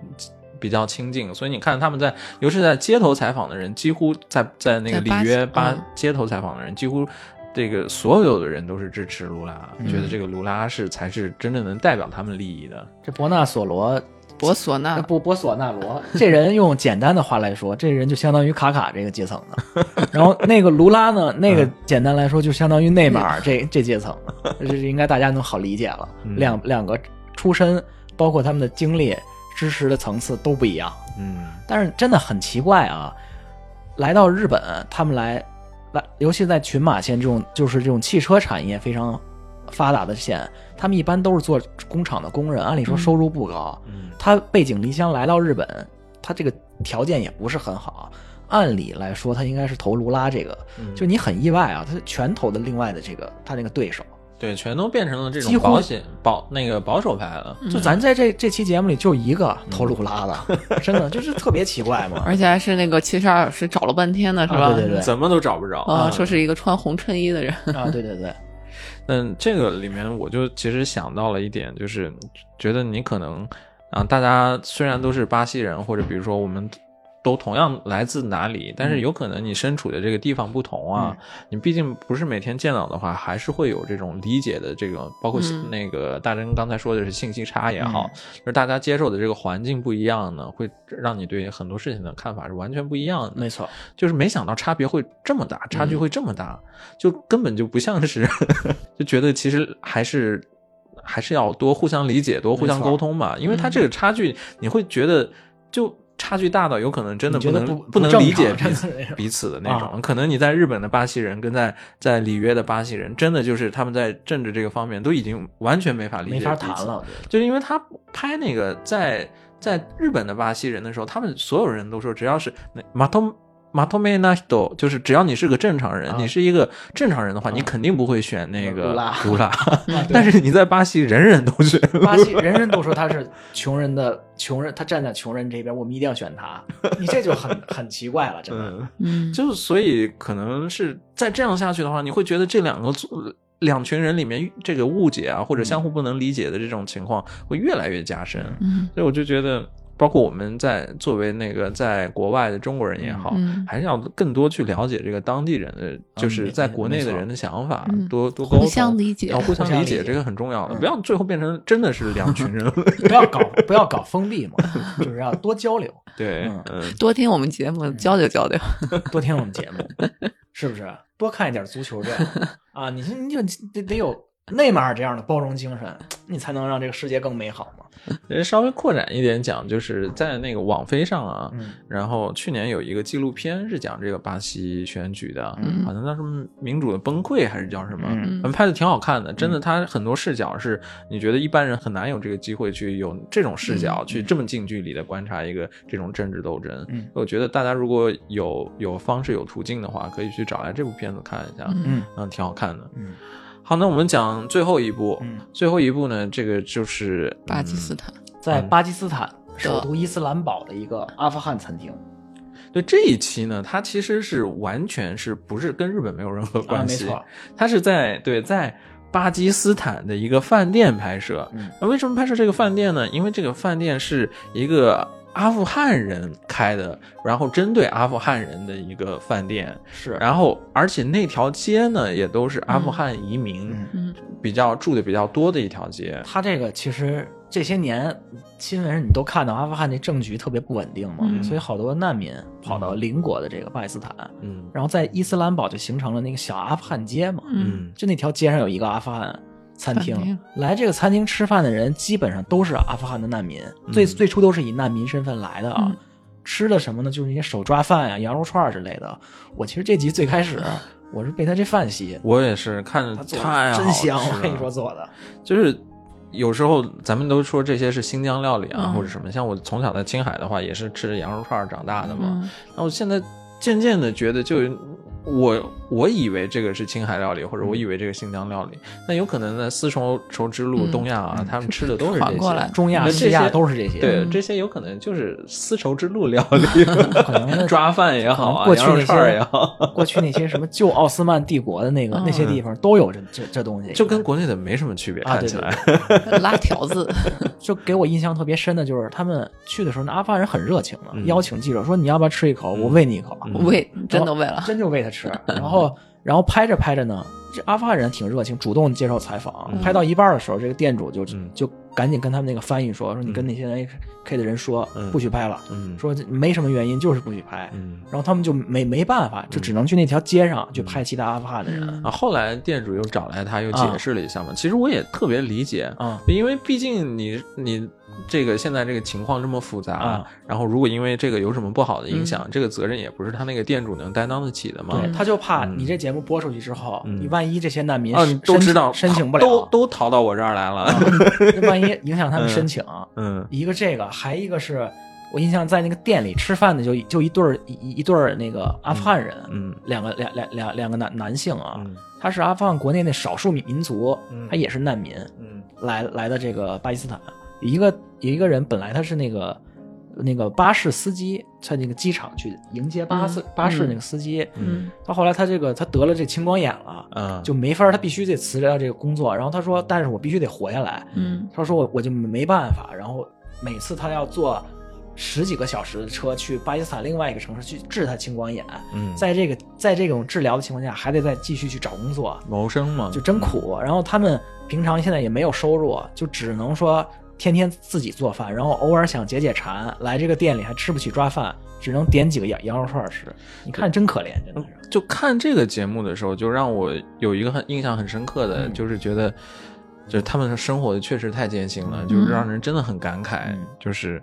比较亲近，所以你看他们在，尤其是在街头采访的人，几乎在在那个在里巴西约巴嗯街头采访的人，几乎这个所有的人都是支持卢拉，嗯觉得这个卢拉是才是真正能代表他们利益的。这博纳索罗博索啊，纳，不，博索纳罗这人用简单的话来说，这人就相当于卡卡这个阶层 的。然后那个卢拉呢，那嗯个简单来说就相当于内马 尔这这阶层的，这是应该大家能好理解了。嗯两两个出身，包括他们的经历、知识的层次都不一样。嗯但是真的很奇怪啊，来到日本，他们来来，尤其在群马县这种就是这种汽车产业非常发达的县，他们一般都是做工厂的工人，按理说嗯收入不高。嗯他背井离乡来到日本，他这个条件也不是很好。按理来说，他应该是投卢拉这个，嗯就你很意外啊，他全投的另外的这个他那个对手。对，全都变成了这几种乎嗯保险保那个保守派了。就咱在这这期节目里就一个投卢拉的，真的就是特别奇 怪嘛。而且还是那个七十二小时找了半天呢，是吧？啊对对对怎么都找不着啊，说是一个穿红衬衣的人，啊，对对对，嗯，这个里面我就其实想到了一点，就是觉得你可能啊，大家虽然都是巴西人，或者比如说我们都同样来自哪里，但是有可能你身处的这个地方不同啊，你毕竟不是每天见到的话，还是会有这种理解的这种，包括嗯那个大真刚才说的是信息差也好，就是大家接受的这个环境不一样呢，会让你对很多事情的看法是完全不一样的。没错，就是没想到差别会这么大，差距嗯会这么大，就根本就不像是， 就觉得其实还是还是要多互相理解，多互相沟通嘛，因为它这嗯个差距，你会觉得就。差距大到有可能真的你觉得能不不能不正常啊理解彼 真的是 此彼此的那种，可能你在日本的巴西人跟在在里约的巴西人，真的就是他们在政治这个方面都已经完全没法理解，没法谈了。我觉得就是因为他拍那个在在日本的巴西人的时候，他们所有人都说，只要是那马头马头梅那都，就是只要你是个正常人，啊你是一个正常人的话，你肯定不会选那个卢拉卢嗯 拉。啊对但是你在巴西，人人都选卢拉巴西人人都说他是穷人的穷人，他站在穷人这边，我们一定要选他。你这就很很奇怪了，真的。嗯，嗯，就是所以可能是再这样下去的话，你会觉得这两个组两群人里面这嗯个误解啊，或者相互不能理解的这种情况会越来越加深。嗯所以我就觉得包括我们在作为那个在国外的中国人也好，嗯还是要更多去了解这个当地人的，就是没在国内没的错人的想法，嗯多多沟互通，相理解要，互互相相理理解，解这个很重要的，嗯不要最后变成真的是两群 人了。不要搞，不要搞封闭嘛，就是要多交流，对，嗯，多听我们节目，交流交流。多听我们节目，是不是？多看一点足球这样啊，你你就得得有内马尔这样的包容精神，你才能让这个世界更美好嘛。呃稍微扩展一点讲，就是在那个网飞上啊，嗯然后去年有一个纪录片是讲这个巴西选举的，嗯好像叫什么民主的崩溃还是叫什么，嗯嗯，拍的挺好看的，真的，它很多视角是你觉得一般人很难有这个机会去有这种视角、去这么近距离的观察一个这种政治斗争。嗯我觉得大家如果有有方式有途径的话，可以去找来这部片子看一下，嗯嗯嗯，挺好看的。嗯好，那我们讲最后一部，嗯，最后一部呢，这个就是巴基斯坦，在嗯巴基斯坦首都伊斯兰堡的一个阿富汗餐厅对这一期呢，它其实是完全是不是跟日本没有任何啊，关没系？错，它是在对在巴基斯坦的一个饭店拍摄。嗯那为什么拍摄这个饭店呢？因为这个饭店是一个阿富汗人开的，然后针对阿富汗人的一个饭店。是，然后，而且那条街呢，也都是阿富汗移民、嗯嗯比较住的比较多的一条街。他这个其实这些年新闻你都看到阿富汗这政局特别不稳定嘛，嗯所以好多难民跑到邻国的这个巴基斯坦，嗯然后在伊斯兰堡就形成了那个小阿富汗街嘛，嗯，就那条街上有一个阿富汗餐厅，餐厅来这个餐厅吃饭的人基本上都是阿富汗的难民，嗯最最初都是以难民身份来的啊。嗯吃的什么呢？就是一些手抓饭呀、羊肉串儿之类的。我其实这集最开始我是被他这饭吸引，我也是看着他做太的好真香，吃我跟你了说做的。就是有时候咱们都说这些是新疆料理啊，嗯或者什么。像我从小在青海的话，也是吃羊肉串儿长大的嘛。嗯然后现在渐渐的觉得就，有我我以为这个是青海料理，或者我以为这个新疆料理，那有可能在丝绸绸之路、嗯东亚啊，他们吃的都是这传过来些。中亚、那西这亚些都是这些。对，嗯这些有可能就是丝绸之路料理， 能抓饭也好啊，可能过去羊那肉些串儿也好， 过去那些什么旧奥斯曼帝国的那个、嗯那些地方都有这这这东西，就跟国内的没什么区别，啊看起来。拉条子，就给我印象特别深的就是他们去的时候，那阿富汗人很热情的，嗯邀请记者说你要不要吃一口，嗯我喂你一口，啊嗯喂，真的喂了，真就喂他吃。然后然后拍着拍着呢，这阿富汗人挺热情，主动接受采访。嗯拍到一半的时候，这个店主就、嗯就赶紧跟他们那个翻译说说你跟那些 A K 的人说、嗯不许拍了， 嗯说这没什么原因，就是不许拍。嗯然后他们就没没办法，就只能去那条街上去拍其他阿富汗的人。嗯啊，后来店主又找来他，又解啊释了一下嘛。其实我也特别理解，啊因为毕竟你你这个现在这个情况这么复杂，啊嗯然后如果因为这个有什么不好的影响，这个责任也不是他那个店主能担当得起的嘛。对，他就怕你嗯这节目播出去之后，嗯你万一这些难民啊，申都知道申请不了，啊都都逃到我这儿来了。那万一影响他们申请，嗯一个这个，还一个是我印象在那个店里吃饭的就就一对儿一一一对儿那个阿富汗人，嗯两个两两两两个男男性啊，嗯他是阿富汗国内那少数民族，嗯他也是难民嗯来来的这个巴基斯坦，有一个有一个人本来他是那个。那个巴士司机在那个机场去迎接巴士、嗯巴士那个司机，嗯他后来他这个他得了这青光眼了，啊，就没法儿，他必须得辞掉这个工作。然后他说，但是我必须得活下来。嗯他说我我就没办法。然后每次他要坐十几个小时的车去巴基斯坦另外一个城市去治他青光眼，嗯在这个在这种治疗的情况下，还得再继续去找工作，谋生嘛，嗯就真苦。然后他们平常现在也没有收入，就只能说天天自己做饭，然后偶尔想解解馋，来这个店里还吃不起抓饭，只能点几个羊羊肉串儿吃。你看真可怜，真的是。就看这个节目的时候，就让我有一个很印象很深刻的，嗯就是觉得，就是他们生活的确实太艰辛了，就是让人真的很感慨，嗯就是，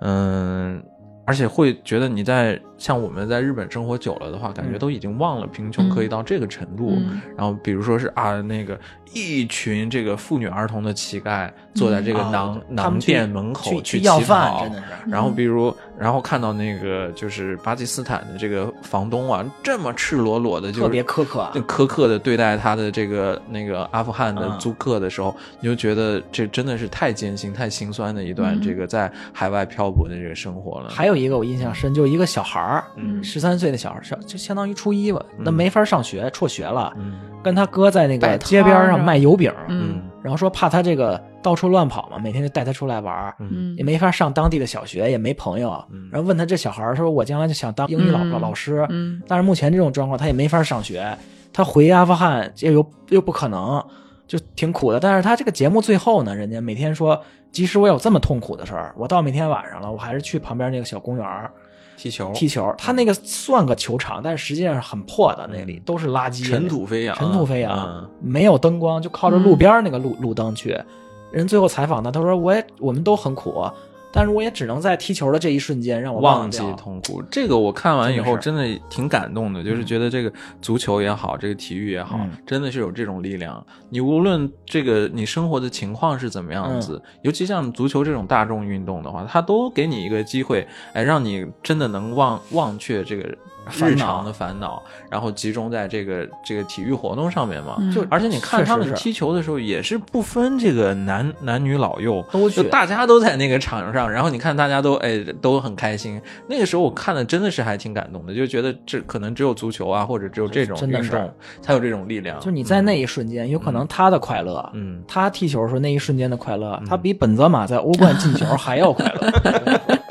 嗯。而且会觉得你在像我们在日本生活久了的话，感觉嗯都已经忘了贫穷可以到这个程度。嗯然后比如说是啊，那个一群这个妇女儿童的乞丐坐在这个啊囊、他囊们去店门口去去要乞饭，讨真的是。然后比如，然后看到那个就是巴基斯坦的这个房东啊，这么赤裸裸的，就是特别苛刻啊就苛刻的对待他的这个那个阿富汗的嗯租客的时候，你就觉得这真的是太艰辛、太心酸的一段嗯这个在海外漂泊的这个生活了。还有一个我印象深，就是一个小孩儿，嗯十三岁的小孩儿，上就相当于初一吧，那嗯没法上学，辍学了，嗯跟他哥在那摆个摊儿街边儿啊上卖油饼儿，嗯嗯然后说怕他这个到处乱跑嘛，每天就带他出来玩儿，嗯嗯也没法上当地的小学，也没朋友。嗯然后问他这小孩儿，他说我将来就想当英语老嗯老师，嗯但是目前这种状况他也没法上学，他回阿富汗这又又不可能，就挺苦的。但是他这个节目最后呢，人家每天说，即使我有这么痛苦的事儿，我到每天晚上了，我还是去旁边那个小公园儿踢球踢球。他那个算个球场，但是实际上是很破的，那里都是垃圾，嗯尘土飞扬，啊尘土飞扬，嗯没有灯光，就靠着路边儿那个路、路灯去。人最后采访他，他说我也我们都很苦，但是我也只能在踢球的这一瞬间让我忘记掉痛苦。这个我看完以后真真的挺感动的，就是觉得这个足球也好，这个体育也好嗯，真的是有这种力量。你无论这个你生活的情况是怎么样子，嗯尤其像足球这种大众运动的话，它都给你一个机会，哎，让你真的能忘忘却这个日烦恼常的烦恼，然后集中在这个这个体育活动上面嘛。嗯就而且你看确实他们是踢球的时候，也是不分这个男男女老幼，都就去大家都在那个场上，然后你看大家都哎都很开心。那个时候我看的真的是还挺感动的，就觉得这可能只有足球啊，或者只有这种真的运动才有这种力量。就是你在那一瞬间，有可能他的快乐，啊嗯他踢球的时候那一瞬间的快乐，他比本泽马在欧冠进球还要快 乐，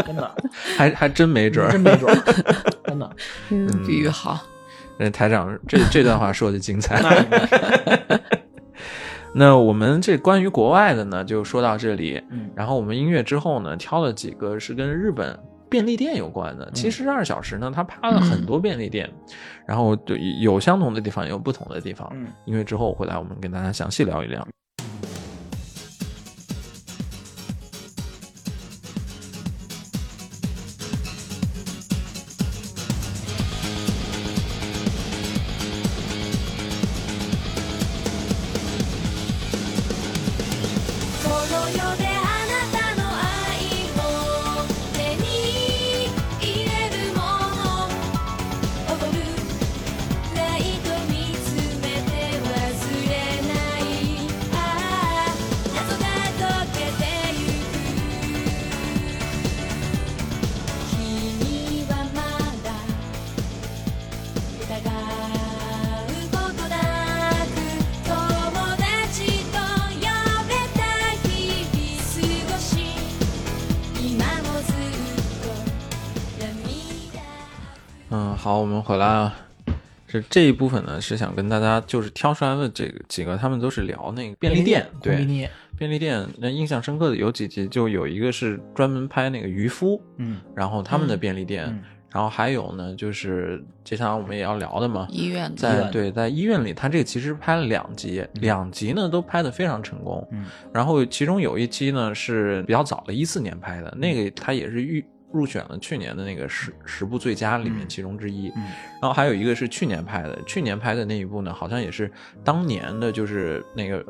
真的，嗯还还真没 准真儿。没准 儿，真的。嗯，比喻好，那嗯 台长这这段话说的精 彩。那我们这关于国外的呢，就说到这里。嗯然后我们音乐之后呢，挑了几个是跟日本便利店有关嗯的。其实二小时呢，它趴了很多便利店，然后对有相同的地方，也有不同的地方。嗯，音乐之后回来，我们跟大家详细聊一聊。この世であなたの愛を手に入れるもの」「踊るライト見つめて忘れない」「ああ謎が解けてゆく」「君はまだ疑うことなく」「友達と呼べた日々過ごし」「今もずっと涙嗯，好，我们回来啊。是这一部分呢，是想跟大家就是挑出来的这个几个，他们都是聊那个便利店，对，便利店，便利店，那印象深刻的有几集，就有一个是专门拍那个渔夫，嗯然后他们的便利店，嗯然后还有呢，就是接下来我们也要聊的嘛，医院的，在对在医院里，他这个其实拍了两集，两集呢都拍得非常成功，嗯然后其中有一期呢是比较早的，一四年拍嗯的，那个他也是预入选了去年的那个十十部最佳里面嗯其中之一，嗯然后还有一个是去年拍的，去年拍的那一部呢，好像也是当年的就是那个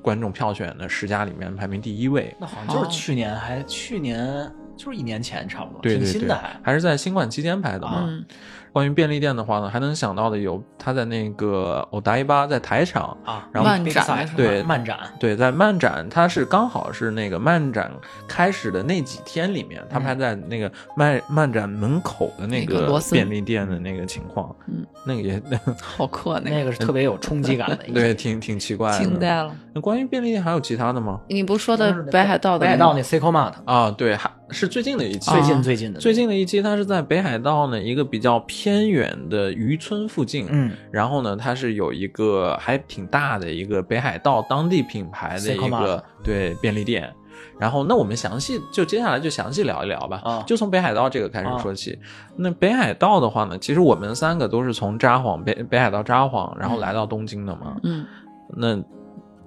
观众票选的十佳里面排名第一位。那好像就是去年，还去年就是一年前差不多，对挺对新对的还，。还是在新冠期间拍的嘛。嗯关于便利店的话呢，还能想到的有他在那个欧达伊巴在台场，啊，然后漫展那是吧对漫展，对，在漫展，他是刚好是那个漫展开始的那几天里面，他们还在那个漫漫展门口的那嗯那个个罗森便利店的那个情况，嗯，那个也 好客那那个，个是特别有冲击感的一个，对，挺挺奇怪惊的。呆了。那关于便利店还有其他的吗？你不说当的时那北海道的北海道那 Seiko Mart，啊，对，还是最近的一期，最啊近最近的最，近的一期，它是在北海道呢一个比较偏远的渔村附近，嗯， 然后呢，它是有一个还挺大的一个北海道当地品牌的一 Sekomart 个对便利店。然后，那我们详细就接下来就详细聊一聊吧，啊就从北海道这个开始说起。那北海道的话呢，其实我们三个都是从札幌北北海道札幌，然后来到东京的嘛。嗯，那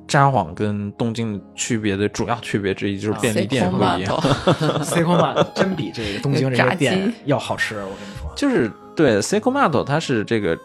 札幌跟东京区别的主要区别之一就是便利店不一样， Seiko Mart 真比这个东京 这有炸个鸡店要好吃，我跟你说，就是对 s e k o m a t o 它是这个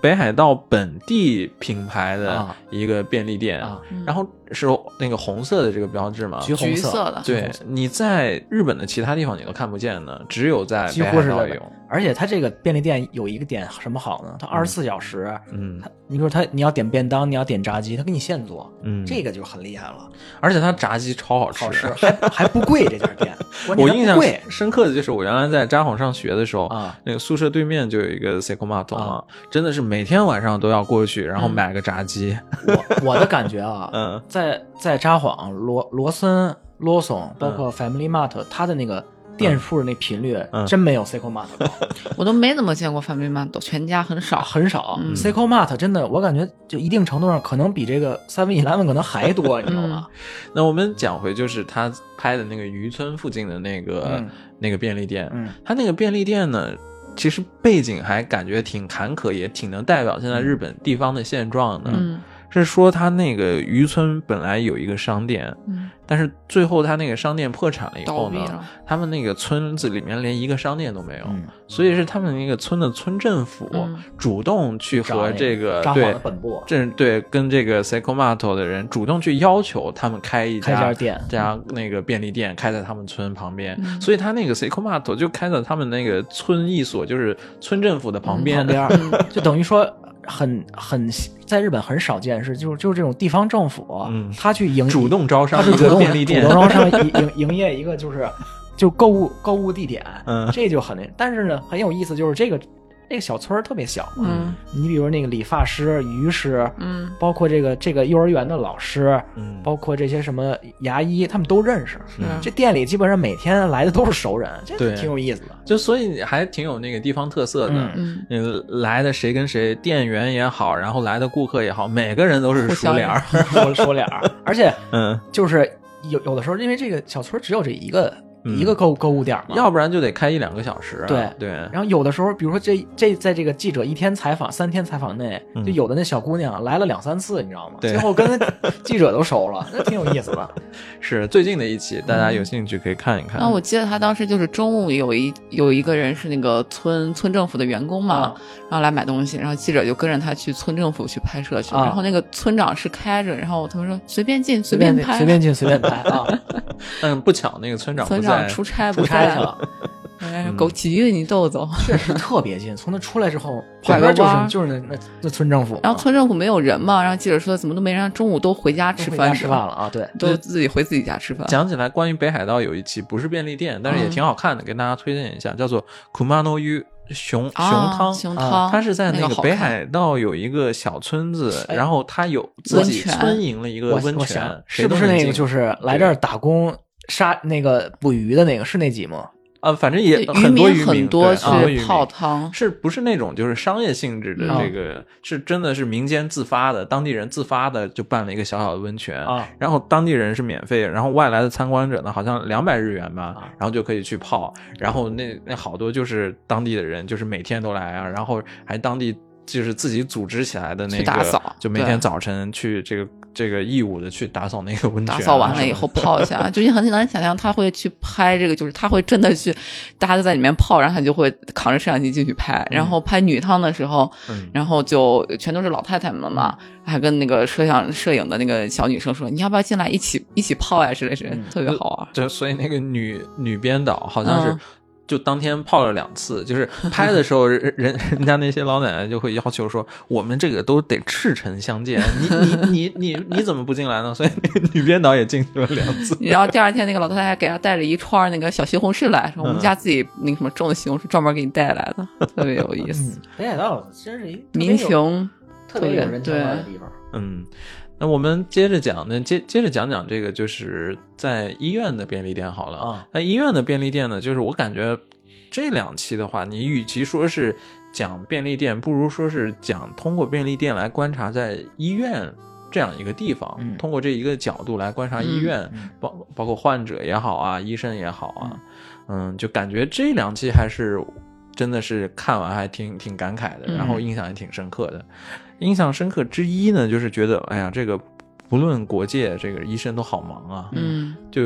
北海道本地品牌的啊一个便利店，啊嗯然后是那个红色的这个标志嘛。橘 红橘色的对，你在日本的其他地方你都看不见的，只有在几北乎海是道在有。而且它这个便利店有一个点什么好呢？它二十四小时，嗯它你说它你要点便当，你要点炸鸡，它给你现做，嗯，这个就很厉害了，而且它炸鸡超好吃。好吃，还还不贵这家 店，我关键它不印象贵深刻的就是我原来在札幌上学的时候，啊，那个宿舍对面就有一个 s e k o m a t o 嘛啊，真的是每天晚上都要过去，然后嗯买个炸鸡。我我的感觉啊， 嗯在在札幌、罗罗森、罗松，包括 Family Mart，它的那个店铺的那频率嗯真没有 Seiko Mart 高，我都没怎么见过 Family Mart，全家很 少。很少。嗯 Seiko Mart 真的，我感觉就一定程度上可能比这个 Seven Eleven 可能还多，你知道吗？那我们讲回就是他拍的那个渔村附近的那个、嗯那个便利店，嗯他那个便利店呢，其实背景还感觉挺坎坷，也挺能代表现在日本地方的现状的。嗯是说他那个渔村本来有一个商店，嗯，但是最后他那个商店破产了以倒后闭呢，了。他们那个村子里面连一个商店都没有，嗯，所以是他们那个村的村政府嗯主动去找和那这个札幌对的本部这对跟这个 Seiko Mart 的人主动去要求他们开一开一家家店这家那个便利店开在他们村旁边，嗯所以他那个 Seiko Mart 就开在他们那个村一所，就是村政府的旁边。嗯旁边 儿，就等于说很很在日本很少见是，就是就是这种地方政府，嗯他去营主动招商他是一主个动便利店主，动招商营营营业一个就是就购物购物地点，嗯这就很那，但是呢很有意思，就是这个这个小村儿特别小，嗯你比如那个理发师、鱼师，嗯包括这个这个幼儿园的老师，嗯包括这些什么牙医，他们都认识。嗯这店里基本上每天来的都是熟人，这对挺有意思的。就所以还挺有那个地方特色的。嗯嗯，嗯，来的谁跟谁，店员也好，然后来的顾客也好，每个人都是互熟相脸儿。说说俩儿，而且嗯， 就是有有的时候，因为这个小村儿只有这一个、嗯一个购购物点儿嘛，要不然就得开一两个小时啊、对对，然后有的时候，比如说这这在这个记者一天采访、三天采访内，嗯就有的那小姑娘来了两三次，你知道吗？对最后跟记者都熟了，那挺有意思的。是最近的一期，大家嗯有兴趣可以看一看。那我记得他当时就是中午有一有一个人是那个村村政府的员工嘛，啊然后来买东西，然后记者就跟着他去村政府去拍摄去，啊然后那个村长是开着，然后他们说随便进随随便拍，随便进随便拍啊！但嗯不巧那个村长不村在长，出差出不差在去了，，哎，枸杞运你豆豆。确实特别近。从那出来之后，拐旁个边就弯儿是就是那那那村政府嘛，然后村政府没有人嘛，然后记者说怎么都没人，中午都回家都吃回家饭吃饭了，啊！对，都自己回自己家吃饭。讲起来，关于北海道有一期不是便利店，但是嗯也挺好看的，跟大家推荐一下，叫做 Kumano U 熊熊汤。啊、熊啊汤，它是在那那个个好北看海道有一个小村子，哎然后它有自己温泉村营了一个我温我泉想，谁都是不是能那个进就是来这儿打工杀那个捕鱼的那个是那集吗？啊，反正也对很多民渔很民多对啊很多渔去民泡汤，是不是那种就是商业性质的嗯这个、是真的是民间自发的，当地人自发的就办了一个小小的温哦泉啊然后当地人是免费，然后外来的参观者呢好像两百日元吧、啊然后就可以去泡，然后那那好多就是当地的人就是每天都来啊，然后还当地。就是自己组织起来的那个，去打扫就每天对早晨去这个这个义务的去打扫那个温泉啊什么的，打扫完了以后泡一下，就你很难想象他会去拍这个，就是他会真的去，大家都在里面泡，然后他就会扛着摄像机进去拍，然后拍女汤的时候，嗯然后就全都是老太太们嘛，还跟那个摄像摄影的那个小女生说，你要不要进来一起一起泡呀之类之类的，特别好玩。就所以那个女女编导好像是嗯。就当天泡了两次，就是拍的时候人人 人家那些老奶奶就会要求说，我们这个都得赤诚相见，你你你你你怎么不进来呢？所以那个女编导也进去了两次然后第二天，那个老太太给她带了一串儿那个小西红柿来，说我们嗯家自己那个什么种的西红柿专门给你带来的，特别有意思。，北海道真是一嗯特别有民雄，特别有人情味儿的对地方。嗯，那我们接着讲，那接接着讲讲这个就是在医院的便利店好了啊。那医院的便利店呢，就是我感觉这两期的话，你与其说是讲便利店，不如说是讲通过便利店来观察在医院这样一个地方，嗯通过这一个角度来观察医院，嗯包包括患者也好啊，医生也好啊，嗯，就感觉这两期还是真的是看完还挺挺感慨的，嗯然后印象也挺深刻的。印象深刻之一呢，就是觉得哎呀，这个不论国界，这个医生都好忙啊，嗯就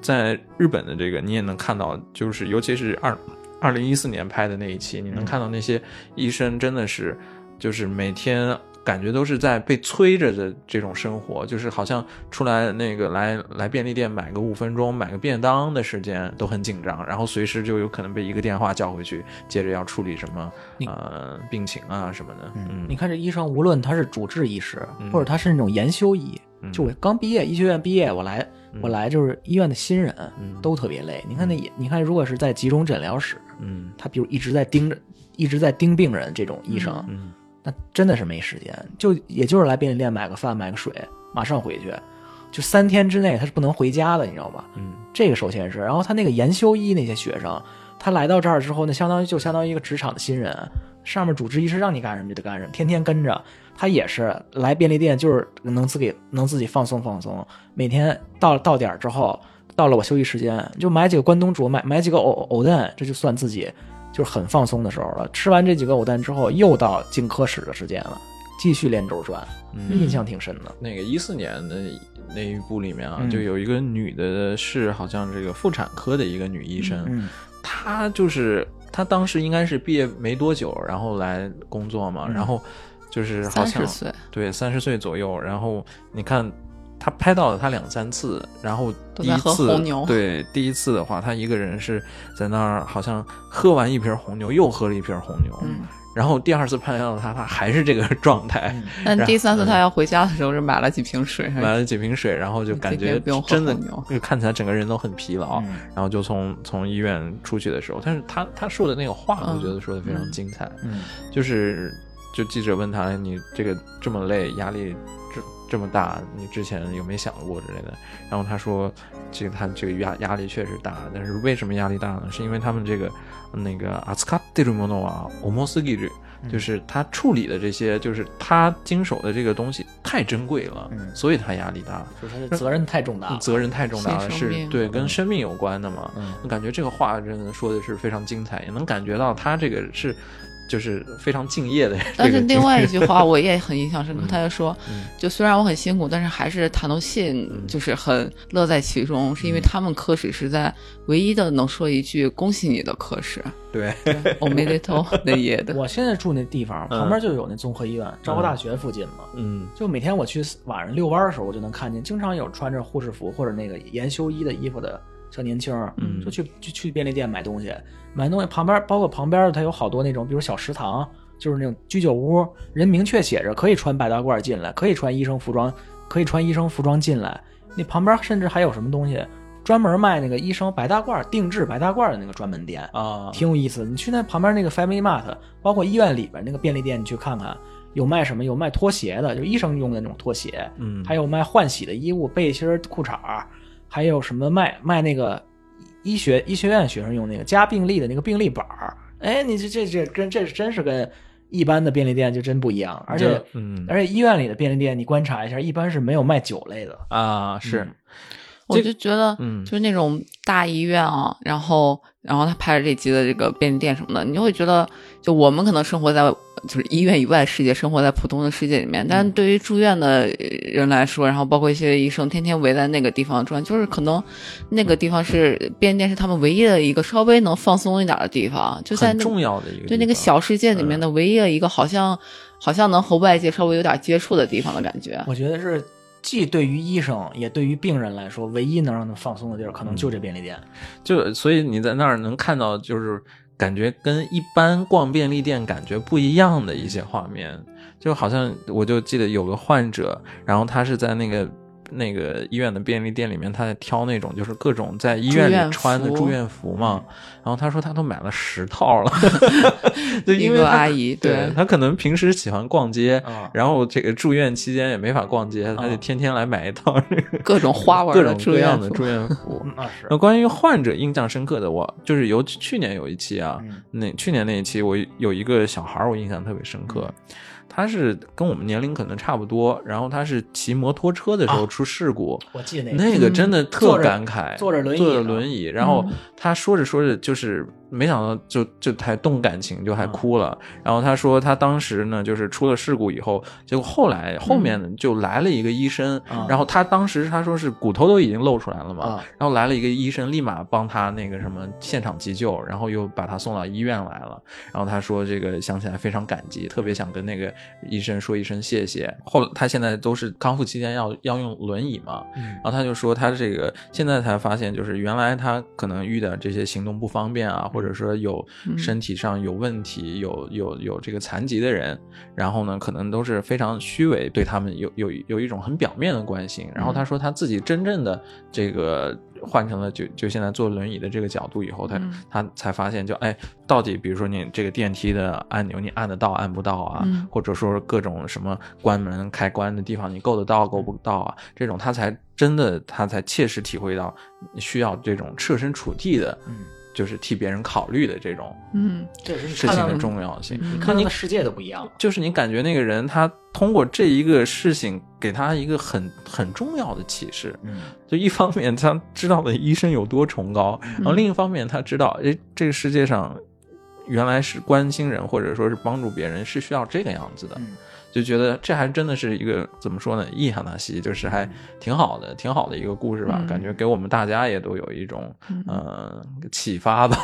在日本的这个，你也能看到，就是尤其是二二零一四年拍的那一期，你嗯能看到那些医生真的是，就是每天感觉都是在被催着的这种生活，就是好像出来那个来来便利店买个五分钟买个便当的时间都很紧张，然后随时就有可能被一个电话叫回去，接着要处理什么你呃病情啊什么的，嗯你看这医生，无论他是主治医师，嗯或者他是那种研修医，嗯就我刚毕业，医学院毕业，我来嗯我来就是医院的新人嗯，都特别累。你看那也，你看如果是在集中诊疗室，嗯他比如一直在盯着一直在盯病人这种医生，嗯那真的是没时间，就也就是来便利店买个饭买个水，马上回去。就三天之内他是不能回家的，你知道吗？嗯，这个首先是，然后他那个研修医那些学生，他来到这儿之后，那相当于就相当于一个职场的新人，上面主治医师让你干什么就得干什么，天天跟着。他也是来便利店，就是能自己能自己放松放松。每天到到点儿之后，到了我休息时间，就买几个关东煮，买买几个藕藕蛋，这就算自己就是很放松的时候了。吃完这几个藕蛋之后，又到进科室的时间了，继续连轴转，印象挺深的。那个一四年的那一部里面啊，嗯就有一个女的是好像这个妇产科的一个女医生，嗯她就是她当时应该是毕业没多久，然后来工作嘛，嗯然后就是好三像十岁，对三十岁左右，然后你看。她拍到了她两三次，然后都第在一喝次红牛对第一次的话，她一个人是在那儿，好像喝完一瓶红牛又喝了一瓶红牛，嗯，然后第二次拍到她，她还是这个 状态，但第三次嗯他要回家的时候是买了几瓶水，买了几瓶水，然后就感哎嗯这觉边不用喝真的红牛就看起来整个人都很疲劳，嗯然后就从从医院出去的时候，但是他他说的那个话，嗯我觉得说的非常精彩，嗯就是就记者问他你这个这么累，压力这这么大，你之前有没有想过之类的？然后他说，这个他这个压压力确实大，但是为什么压力大呢？是因为他们这个嗯那个阿斯卡蒂鲁莫诺瓦欧莫斯基就是他处理的这些，就是他经手的这个东西太珍贵了，嗯所以他压力大。就是他的责任太重大了。嗯责任太重大了，是是生命嗯对跟生命有关的嘛。嗯感觉这个话真的说的是非常精彩，也能感觉到他这个是就是非常敬业的。 但是这个另外一句话我也很印 象深刻，嗯他就说嗯，就虽然我很辛苦，但是还是谈到信，就是很乐在其嗯中，是因为他们科室是在唯一的能说一句恭喜你的科室， 对， 我没得偷那夜的，我现在住那地方旁边就有那综合医院，昭和大学附近嘛。嗯就每天我去晚上遛弯儿的时候，我就能看见，经常有穿着护士服或者那个研修医的衣服的小年轻儿，嗯就去就去便利店买东西，买东西旁边包括旁边儿它有好多那种，比如小食堂，就是那种居酒屋，人明确写着可以穿白大褂进来，可以穿医生服装，可以穿医生服装进来。那旁边甚至还有什么东西专门卖那个医生白大褂定制白大褂的那个专门店啊，挺有意思的。你去那旁边那个 Family Mart，包括医院里边那个便利店，你去看看，有卖什么？有卖拖鞋的，就医生用的那种拖鞋，嗯，还有卖换洗的衣物、背心儿、裤衩儿，还有什么卖卖那个医学医学院学生用那个加病历的那个病历本儿。哎，你这这这跟这真是跟一般的便利店就真不一样，而且这。嗯而且医院里的便利店，你观察一下，一般是没有卖酒类的。啊是嗯我就觉得，嗯就是那种大医院啊，然后然后他拍了这集的这个便利店什么的，你就会觉得，就我们可能生活在就是医院以外的世界，生活在普通的世界里面，嗯但是对于住院的人来说，然后包括一些医生天天围在那个地方转，就是可能那个地方是便利店是他们唯一的一个稍微能放松一点的地方，啊就在很那重要的一个对那个地方嗯小世界里面的唯一的一个好像、好像能和外界稍微有点接触的地方的感觉。我觉得是既对于医生也对于病人来说，唯一能让他们放松的地儿，可能就这便利店。就所以你在那儿能看到，就是感觉跟一般逛便利店感觉不一样的一些画面，就好像我就记得有个患者，然后他是在那个。那个医院的便利店里面，他在挑那种就是各种在医院住院里服嗯穿的住院服嘛。然后他说他都买了十套 了，就因为一个他阿姨对对嗯他可能平时喜欢逛街，啊然后这个住院期间也没法逛街，他就啊天天来买一套这个各种花纹各的种住各样院的服住院服。嗯，那是那关于患者印象深刻的，我就是有去年有一期啊，嗯那去年那一期我有一个小孩儿，我印象特别深刻。嗯他是跟我们年龄可能差不多，然后他是骑摩托车的时候啊出事故，我记得那个那个真的特坐着感慨，坐着轮椅嗯坐着呢轮椅，然后他说着说着就是没想到就就还动感情，就嗯还哭了。然后他说他当时呢就是出了事故以后，结果后来后面呢就来了一个医生，嗯啊然后他当时他说是骨头都已经露出来了嘛，啊然后来了一个医生，立马帮他那个什么现场急救，然后又把他送到医院来了。然后他说这个想起来非常感激，特别想跟那个医生说一声谢谢。后来他现在都是康复期间要要用轮椅嘛，嗯然后他就说他这个现在才发现，就是原来他可能遇到这些行动不方便啊，或者说有嗯身体上有问题、有有有这个残疾的人，然后呢，可能都是非常虚伪，对他们有有有一种很表面的关心。然后嗯他说他自己真正的这个换成了就就现在坐轮椅的这个角度以后，他、嗯他才发现就哎，到底比如说你这个电梯的按钮你按得到按不到啊，嗯或者说各种什么关门开关的地方你够得到够不到啊，这种他才真的他才切实体会到需要这种设身处地的，嗯就是替别人考虑的这种。嗯这是事情的重要性。你嗯看到的世界都不一样了。就是你感觉那个人，他通过这一个事情，给他一个很很重要的启示。嗯，就一方面，他知道了医生有多崇高，嗯然后另一方面，他知道，哎，这个世界上原来是关心人或者说是帮助别人是需要这个样子的，嗯就觉得这还真的是一个怎么说呢？意哈纳西就是还挺好的，挺好的一个故事吧，嗯感觉给我们大家也都有一种嗯呃启发吧。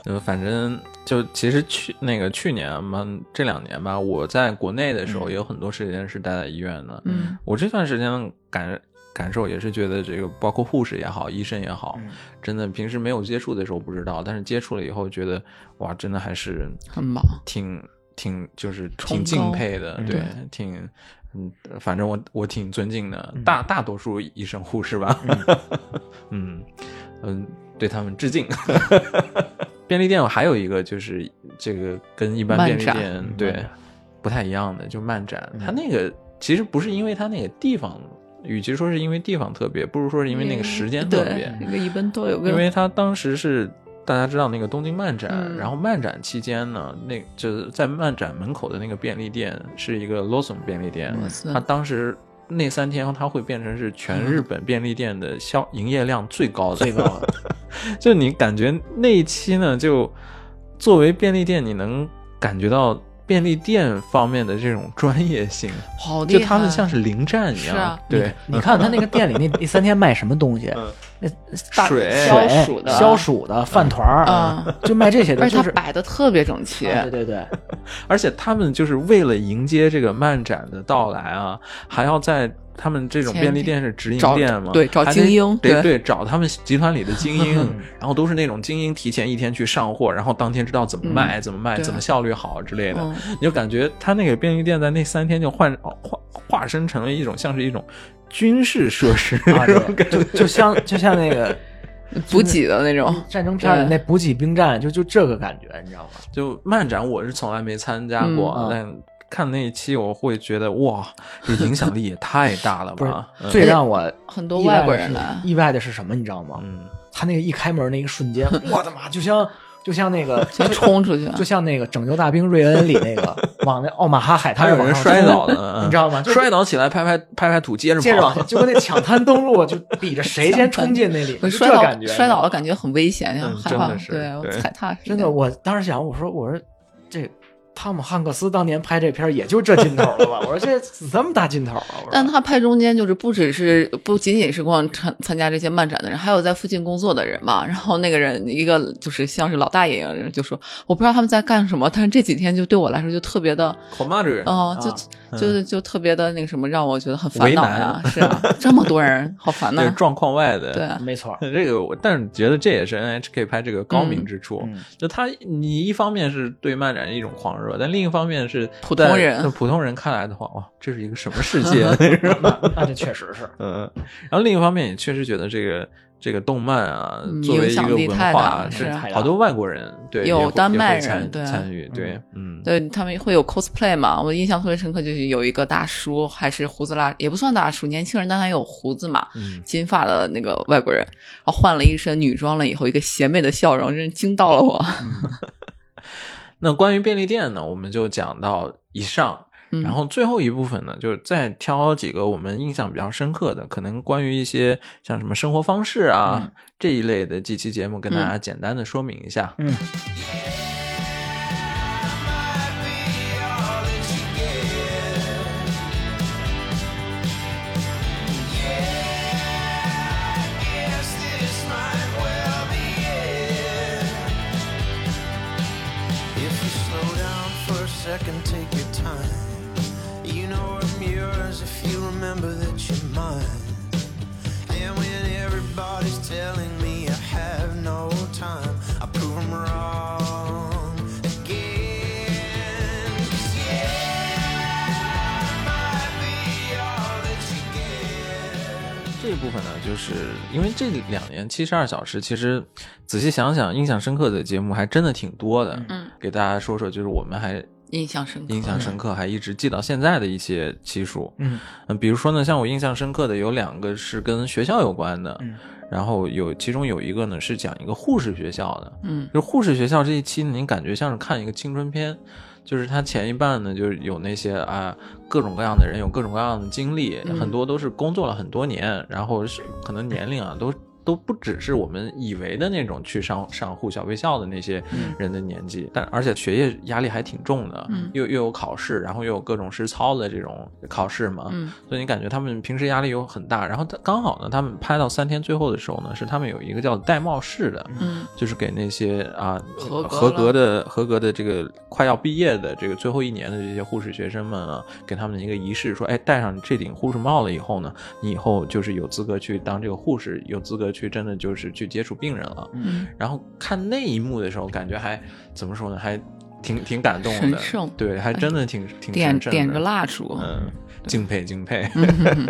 呃，反正就其实去那个去年嘛，这两年吧，我在国内的时候嗯也有很多时间是待在医院的。嗯我这段时间感感受也是觉得这个，包括护士也好，医生也好，嗯真的平时没有接触的时候不知道，但是接触了以后觉得哇，真的还是很忙挺挺就是崇挺敬高佩的，嗯对对，挺。嗯，反正我我挺尊敬的，嗯大大多数医生护士吧， 嗯嗯，对他们致敬。 便利店我还有一个就是这个跟一般漫便利展店嗯漫对展不太一样的，就漫展，嗯它那个其实不是因为它那个地方，与其说是因为地方特别，不如说是因为那个时间特对别，那个一般都有个因为他当时是大家知道那个东京漫展，嗯然后漫展期间呢，那就是在漫展门口的那个便利店是一个 Lawson 便利店哇，塞他当时。那三天，它会变成是全日本便利店的销营业量最高的，最高的 就你感觉那一期呢，就作为便利店，你能感觉到便利店方面的这种专业性，好厉就害，他们像是临战一是样，啊对， 你看他那个店里那那三天卖什么东西？那大水消消暑的消暑的饭团儿嗯，就卖这 些而的，且就它是摆的特别整齐，啊对 对对，而且他们就是为了迎接这个漫展的到来啊，还要在他们这种前便利店是直营找店嘛，对找还得精英得对对找他们集团里的精 英，然后都是那种精英提前一天去上货，然后当天知道怎么卖、怎么卖、嗯对怎么效率好之类的，嗯你就感觉他那个便利店在那三天就换化化身成了一种像是一种军事设施啊那种对感觉就就像就像那个补给的那种，战争片里那对补给兵站，就就这个感觉，你知道吗？就漫展我是从来没参加过，啊嗯但。看那一期，我会觉得哇，这影响力也太大 了不是吧！嗯最让我很多意外的外国人是来意外的是什么？你知道吗？嗯，他那个一开门那一瞬 间，我的妈，就像就像那个就冲出去，就像那个《拯救大兵瑞恩》里那个 往那奥马哈海滩还有上人往上摔冲倒 的，嗯你知道吗？就是摔倒起来，拍拍拍拍土，接着接着往跑下，。 就跟那抢滩登陆，就比着谁先冲进那里，就摔这倒感觉。摔倒了，感觉很危险，嗯害真的怕，是对我对踩踏是真的，我当时想，我说我说这汤姆汉克斯当年拍这片儿也就这劲头了吧？我说这这么大劲头啊！我说但他拍中间就是不只是不仅仅是光参参加这些漫展的人，还有在附近工作的人嘛。然后那个人一个就是像是老大爷一样的人就说，我不知道他们在干什么，但是这几天就对我来说就特别的，恐怕这人哦、啊就就是就特别的那个什么，让我觉得很烦恼呀、嗯 为难是啊，这么多人，好烦呐、这是状况外的。对，没错儿， 这个我，但是觉得这也是 NHK 拍这个高明之处。嗯嗯就他，你一方面是对漫展的一种狂热，但另一方面是普通在人普通人看来的话，哇，这是一个什么世界？啊 那种 那那这确实是。 嗯，然后另一方面也确实觉得这个这个动漫啊，嗯作为一影响个力文太大化了是是啊好多外国人对有也会丹麦也会参人对参与对，嗯，对他们会有 cosplay 嘛？我印象特别深刻，就是有一个大叔，还是胡子拉，也不算大叔，年轻人，但他有胡子嘛，嗯金发的那个外国人，然后换了一身女装了以后，一个邪魅的笑容，真是惊到了我。 那关于便利店呢，我们就讲到以上，嗯、然后最后一部分呢，就是再挑几个我们印象比较深刻的，可能关于一些像什么生活方式啊、嗯这一类的几期节目，跟大嗯家简单的说明一下。嗯， If you slow down for a second, take your time. You know I'm yours if you remember that you're mine. And when everybody's telling me I have no time, I prove 'em wrong. 一部分呢，就是因为这两年七十二小时，其实仔细想想，印象深刻的节目还真的挺多的。嗯，给大家说说，就是我们还印象深刻，印象深刻，还一直记到现在的一些期数。嗯嗯，比如说呢，像我印象深刻的有两个是跟学校有关的，嗯然后有其中有一个呢是讲一个护士学校的，嗯就是护士学校这一期呢，您感觉像是看一个青春片，就是它前一半呢，就是有那些啊各种各样的人，有各种各样的经历，嗯很多都是工作了很多年，然后是可能年龄啊都。都不只是我们以为的那种去上上护小卫校的那些人的年纪，但而且学业压力还挺重的，嗯又又有考试，然后又有各种实操的这种考试嘛，嗯所以你感觉他们平时压力有很大。然后他刚好呢，他们拍到三天最后的时候呢，是他们有一个叫戴帽式的，嗯就是给那些啊合格了合格的合格的这个快要毕业的这个最后一年的这些护士学生们啊，给他们一个仪式，说，哎，戴上这顶护士帽了以后呢，你以后就是有资格去当这个护士，有资格去真的就是去接触病人了。嗯然后看那一幕的时候，感觉还怎么说呢，还挺挺感动神的圣，哎对，还真的挺挺点神圣的点着蜡烛，嗯，敬佩敬佩。嗯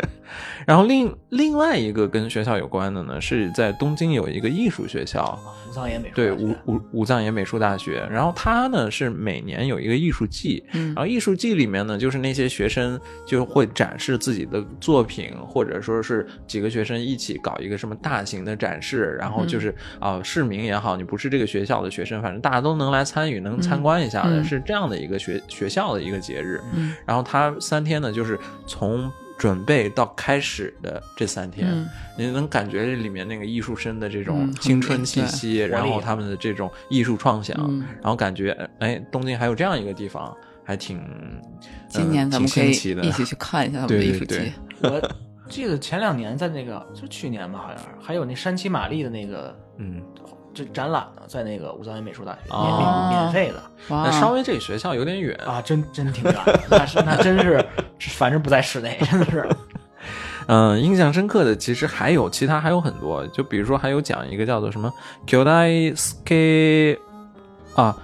然后另另外一个跟学校有关的呢，是在东京有一个艺术学校，武藏野美术对大学武武武藏野美术大学。然后它呢是每年有一个艺术季，嗯 然后艺术季里面呢，就是那些学生就会展示自己的作品，或者说是几个学生一起搞一个什么大型的展示，然嗯后就是啊、市民也好，你不是这个学校的学生，反正大家都能来参与，能参观一下的，嗯是这样的一个学学校的一个节日。嗯然后他三天呢，就是从准备到开始的这三天，嗯你能感觉这里面那个艺术生的这种嗯青春气息，然后他们的这种艺术创想，嗯然后感觉哎，东京还有这样一个地方，还挺今年嗯咱们可挺以新奇的一起去看一下他们的对艺对术对季，我记得前两年在那个就去年吧，好像是还有那山崎玛丽的那个嗯，这展览呢，在那个武藏野美术大学免哦免免费的哇那，稍微这个学校有点远啊，真真挺远的，那是那真是，反正不在室内，真的是嗯，印象深刻的其实还有其他还有很多，就比如说还有讲一个叫做什么 k y o d a Sk 啊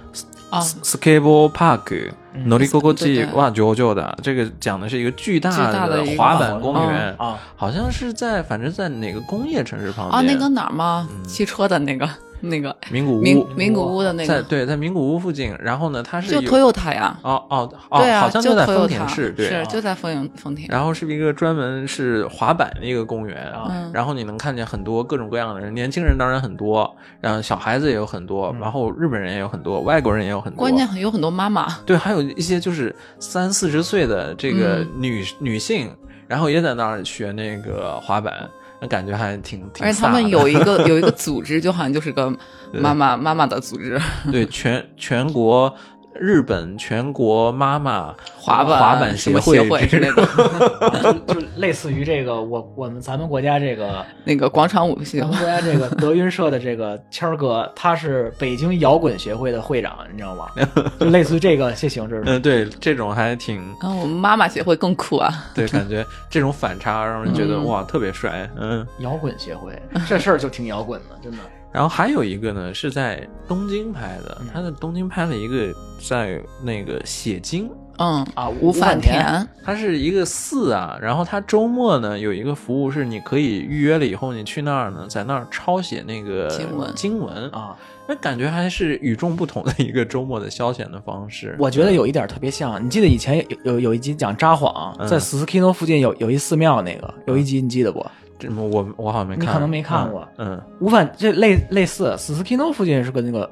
啊 Skateboard Park 嗯 Norikogoji 对对 wa j o j o 的，这个讲的是一个巨巨大大的一 个哦滑板公园，啊，好像是在反正在哪个工业城市旁啊边那个哪儿吗？汽车的那个那个名古嗯名屋，名古屋的那在个，对在名古屋附近，然后呢它是就有 Toyota 呀，哦哦哦对，啊，好像就在丰田 Toyota 市对。啊是就在丰田丰田，然后是一个专门是滑板的一个公园，啊嗯然后你能看见很多各种各样的人，年轻人当然很多，然后小孩子也有很多，嗯然后日本人也有很多，外国人也有很多。关键有很多妈妈，对，还有一些就是三四十岁的这嗯个女、女性，然后也在那儿学那个滑板，那感觉还挺挺飒的。而且他们有一 个有一个组织，就好像就是个妈妈妈妈的组织， 对全全国日本全国妈妈滑板滑板什协么协会之之类类的，啊就就类似于这个我我们咱们国家这个那个广场舞 协咱们会国家这个德云社的这个谦儿哥，他是北京摇滚协会的会长，你知道吗？就类似于这个这形式 的，嗯，对，这种还挺啊，我们妈妈协会更酷啊！ 对，感觉这种反差让人觉得、嗯哇特别帅，嗯。摇滚协会这事儿就挺摇滚的，真的。然后还有一个呢，是在东京拍的，嗯他在东京拍了一个在那个写经，嗯啊吴反反田田，它是一个寺啊，然后它周末呢有一个服务是你可以预约了以后，你去那儿呢，在那儿抄写那个经文经文，啊，那感觉还是与众不同的一个周末的消遣的方式。我觉得有一点特别像，你记得以前有有有一集讲札幌，嗯在 Skino 附近有有一寺庙，那个有一集你记得不？这么我我好像没看，你可能没看过嗯，嗯五反这类类似 Skino 附近是个那个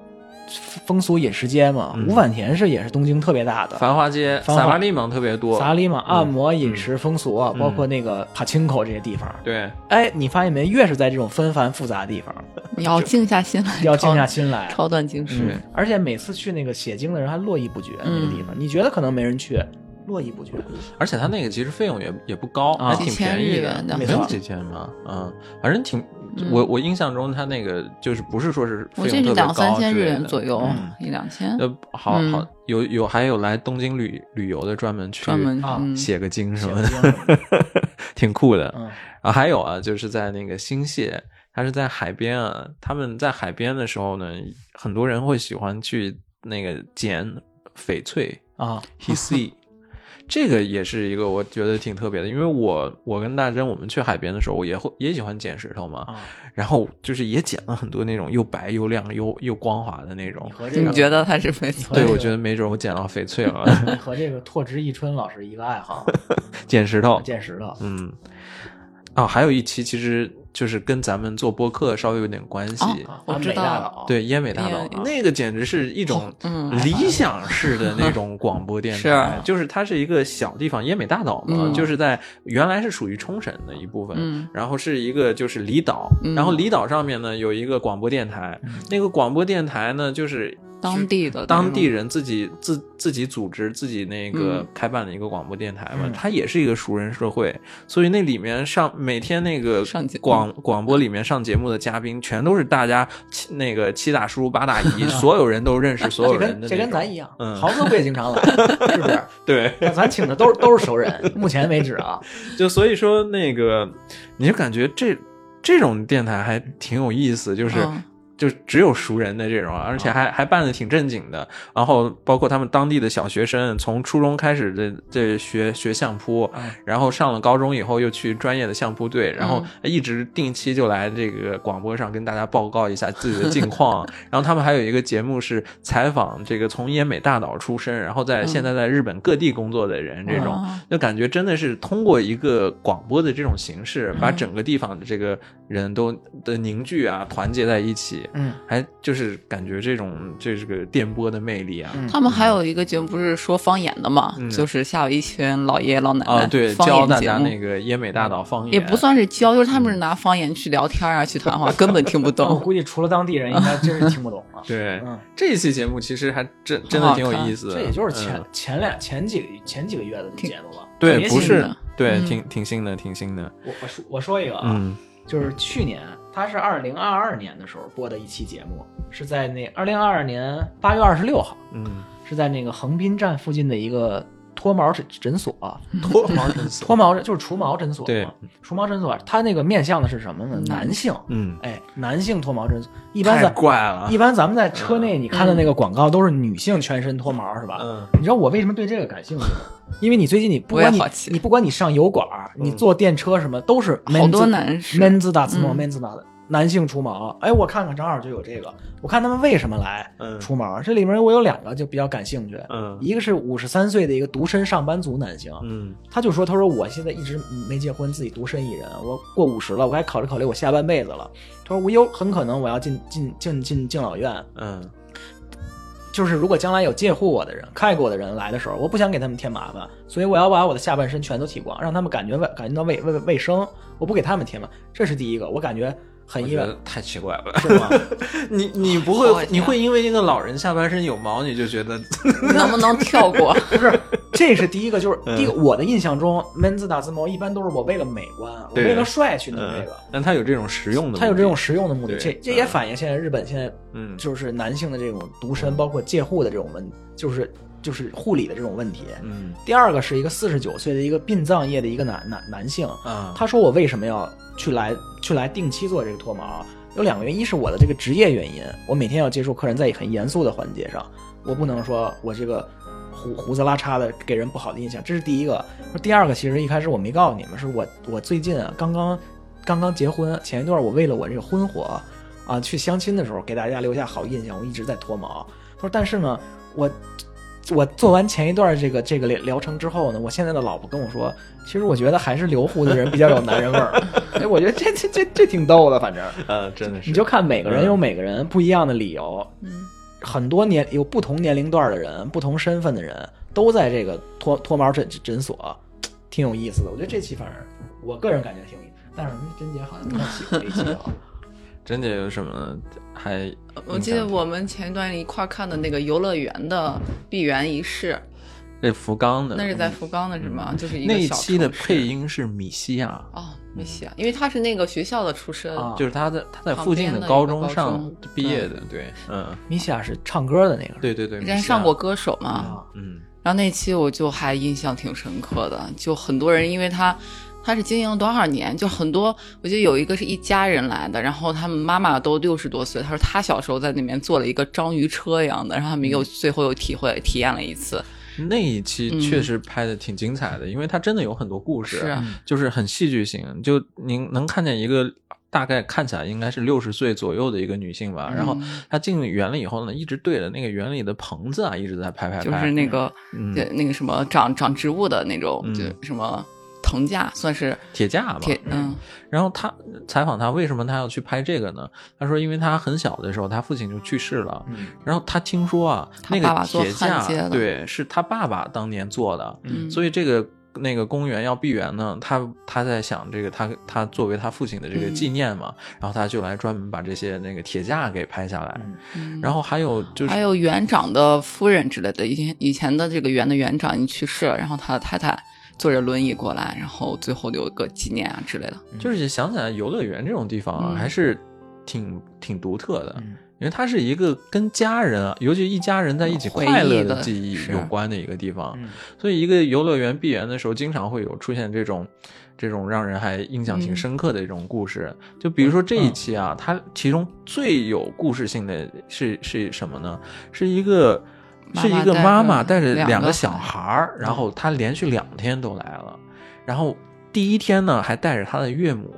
风俗饮食街嘛，嗯五反田是也是东京特别大的。繁华街、呃繁华萨瓦利蒙特别多，萨里嘛，嗯按摩、饮食、风俗，啊包括那个帕青口这些地方，对，哎，你发现没？越是在这种纷繁复杂的地方，你要静下心来，要静下心来抄，。抄段经嗯史，而且每次去那个写经的人还络绎不绝，嗯那个地方，你觉得可能没人去，络绎不绝。而且它那个其实费用也也不高，啊还挺几千便宜日元的，的没有几千吧，嗯，反正挺，嗯我我印象中它那个就是不是说是我费记用得特别是高两三千之日类的元左右嗯，一两千，呃，好嗯好有有还有来东京旅旅游的专门去专门啊嗯写个经什写么经什么的， 挺酷 的。嗯，啊，还有啊，就是在那个新泻，它是在海边啊。他们在海边的时候呢，很多人会喜欢去那个捡翡翠啊， ，he see，这个也是一个我觉得挺特别的，因为我我跟大珍我们去海边的时候，我也会也喜欢捡石头嘛，啊，然后就是也捡了很多那种又白又亮又又光滑的那种你。和这个你觉得他是没错？对，对我觉得没准我捡到翡翠了，你 和这个拓殖一春老师一个爱 好，捡石头。见识了。嗯，啊、还有一期其实就是跟咱们做播客稍微有点关系。哦啊完我知美大道，佬，对，烟美大佬烟那个简直是一种啊嗯理想式的那种广播电台， 是啊就是它是一个小地方，烟美大岛嘛，嗯就是在原来是属于冲绳的一部分，嗯然后是一个就是离岛，嗯然后离岛上面呢有一个广播电台，那个广播电台呢就是当地的当地那人自己自自己组织自己那个嗯开办的一个广播电台嘛，嗯它也是一个熟人社会，所以那里面上每天那个上节目广广播里面上节目的嘉宾，全都是大家七那个七大叔八大姨，所有人都认识所有这人跟的那种，这跟咱一样，嗯豪哥不也经常来，是 不是？对，那咱请的都是都是熟人，目前为止 啊，就所以说那个，你就感觉这这种电台还挺有意思，就是。嗯就只有熟人的这种，而且还还办的挺正经的。然后包括他们当地的小学生，从初中开始这这学学相扑，嗯然后上了高中以后又去专业的相扑队，然后嗯一直定期就来这个广播上跟大家报告一下自己的近 况。然后他们还有一个节目是采访这个从奄美大岛出生，然后在嗯现在在日本各地工作的人，这种哦就感觉真的是通过一个广播的这种形式，嗯把整个地方的这个人都的凝聚啊，团结在一起。嗯，还就是感觉这种这是个电波的魅力啊，嗯他们还有一个节目不是说方言的嘛，嗯就是下有一群老爷爷老奶奶、啊，对，方教言大节家目。那个奄美大岛方言也不算是教，就是他们是拿方言去聊天啊，去谈话，根本听不 但我懂。估计除了当地人，应该真是听不懂了。对。嗯，啊这一期节目其实还真真的挺有意思的，这也就是前嗯前两前几个前几个月的节目了。特对，别不新是的啊对，嗯挺挺新的，挺新的，我我说我说一个啊，嗯就是去年，它是二零二二年的时候播的一期节目，是在那二零二二年八月二十六号，嗯，是在那个横滨站附近的一个脱毛诊诊所，啊脱毛诊所， 脱毛诊就是除毛诊所嘛，对，除毛诊所，它那个面向的是什么呢？男性，嗯，哎，男性脱毛诊所，一般太咱怪了一，般咱们在车内你看的那个广告都是女性全身脱毛，是吧？嗯，你知道我为什么对这个 感兴趣吗？因为你最近你不我也管你好奇嗯你不管你上油管儿，你坐电车什么都是好多 men's- 男士 men's 大字母嗯 men's 大男性除毛。哎，我看看正好就有这个，我看他们为什么来嗯除毛。这里面我有两个就比较感兴趣，嗯一个是五十三岁的一个独身上班族男性，嗯他就说：“他说我现在一直没结婚，自己独身一人，我过五十了，我该考虑考虑我下半辈子了。”他说：“我有很可能我要进进进进敬老院，嗯就是如果将来有介护我的人、看过我的人来的时候，我不想给他们添麻烦，所以我要把我的下半身全都剃光，让他们感觉卫感觉到卫卫卫生，我不给他们添麻烦。这是第一个，我感觉很我意觉外得，太奇怪了。是吗？你你不好恶会，心啊你会因为一个老人下半身有毛，你就觉 得能不能 跳过？不是，这是第一个，就是第一个，我的印象中，men 字打字毛一般都是我为了美观，我对为了帅去弄这嗯个。， 但他有这种实用的，他有这种，实用的目的，这对这也嗯反映现在日本现在嗯，就是男性的这种独身，包括介护的这种问，就是就是护理的这种问题。嗯第二个是一个四十九岁的一个殡葬业的一个男男男性，嗯啊，他说我为什么要去来去来定期做这个脱毛？啊有两个原因，一是我的这个职业原因，我每天要接触客人在很严肃的环节上，我不能说我这个胡胡子拉碴的给人不好的印象，这是第一个。第二个，其实一开始我没告诉你们，是我我最近啊刚刚刚刚结婚，前一段我为了我这个婚活啊去相亲的时候给大家留下好印象，我一直在脱毛。他说，但是呢，我我做完前一段这个这个疗疗程之后呢，我现在的老婆跟我说，其实我觉得还是留胡子的人比较有男人 味儿。哎，我觉得这这这这挺逗的，反正嗯呃，真的是，你就看每个人有每个人不一样的理由，嗯，很多年有不同年龄段的人、不同身份的人都在这个脱脱毛诊诊所，挺有意思的。我觉得这期反正我个人感觉挺有意思，但是甄姐好像不太喜欢这期 了。真的有什么还？呃我记得我们前一段一块儿看的那个游乐园的闭园仪式，这福冈的，那是在福冈的是吗？就是一个嗯那一小期的城市配音是米西亚，哦，没写，因为他是那个学校的出身，啊就是他在他在旁附近边的的一高个中高上中毕业的，对，嗯，米西亚是唱歌的那个，啊对对对，人米家西亚上过，歌手嘛。嗯然后那期我就还印象挺深刻的，就很多人因为他。他是经营了多少年？就很多，我记得有一个是一家人来的，然后他们妈妈都六十多岁。嗯他说他小时候在里面做了一个章鱼车一样的，然后他们又最后又体会体验了一次。那一期嗯确实拍的挺精彩的，因为它真的有很多故事，是啊就是很戏剧性。就您能看见一个大概看起来应该是六十岁左右的一个女性吧，然后嗯她进园里以后呢，一直对着那个园里的棚子啊，一直在拍拍拍，就是那个嗯对那个什么长长植物的那种嗯，就什么藤架，算是铁架吧，铁嗯然后他采访他为什么他要去拍这个呢？他说，因为他很小的时候，他父亲就去世了。嗯然后他听说啊，他那个爸爸做铁焊架接的对，是他爸爸当年做的，嗯，所以这个那个公园要闭园呢，他他在想这个他他作为他父亲的这个嗯纪念嘛，然后他就来专门把这些那个铁架给拍下来。嗯然后还有就是还有园长的夫人之类的，以前以前的这个园的园长已经去世了，然后他的太太坐着轮椅过来，然后最后有一个纪念啊之类的。就是想起来游乐园这种地方啊，嗯还是挺挺独特的，嗯因为它是一个跟家人，啊，尤其一家人在一起嗯回忆快乐的记忆是有关的一个地方。嗯所以，一个游乐园闭园的时候，经常会有出现这种这种让人还印象挺嗯深刻的一种故事。就比如说这一期啊，它其中最有故事性的是是什么呢？是一个。妈是妈一个带妈着妈带着两两个个小孩孩儿，然后她连续两天都来了，然后第一天呢还带着她的岳母，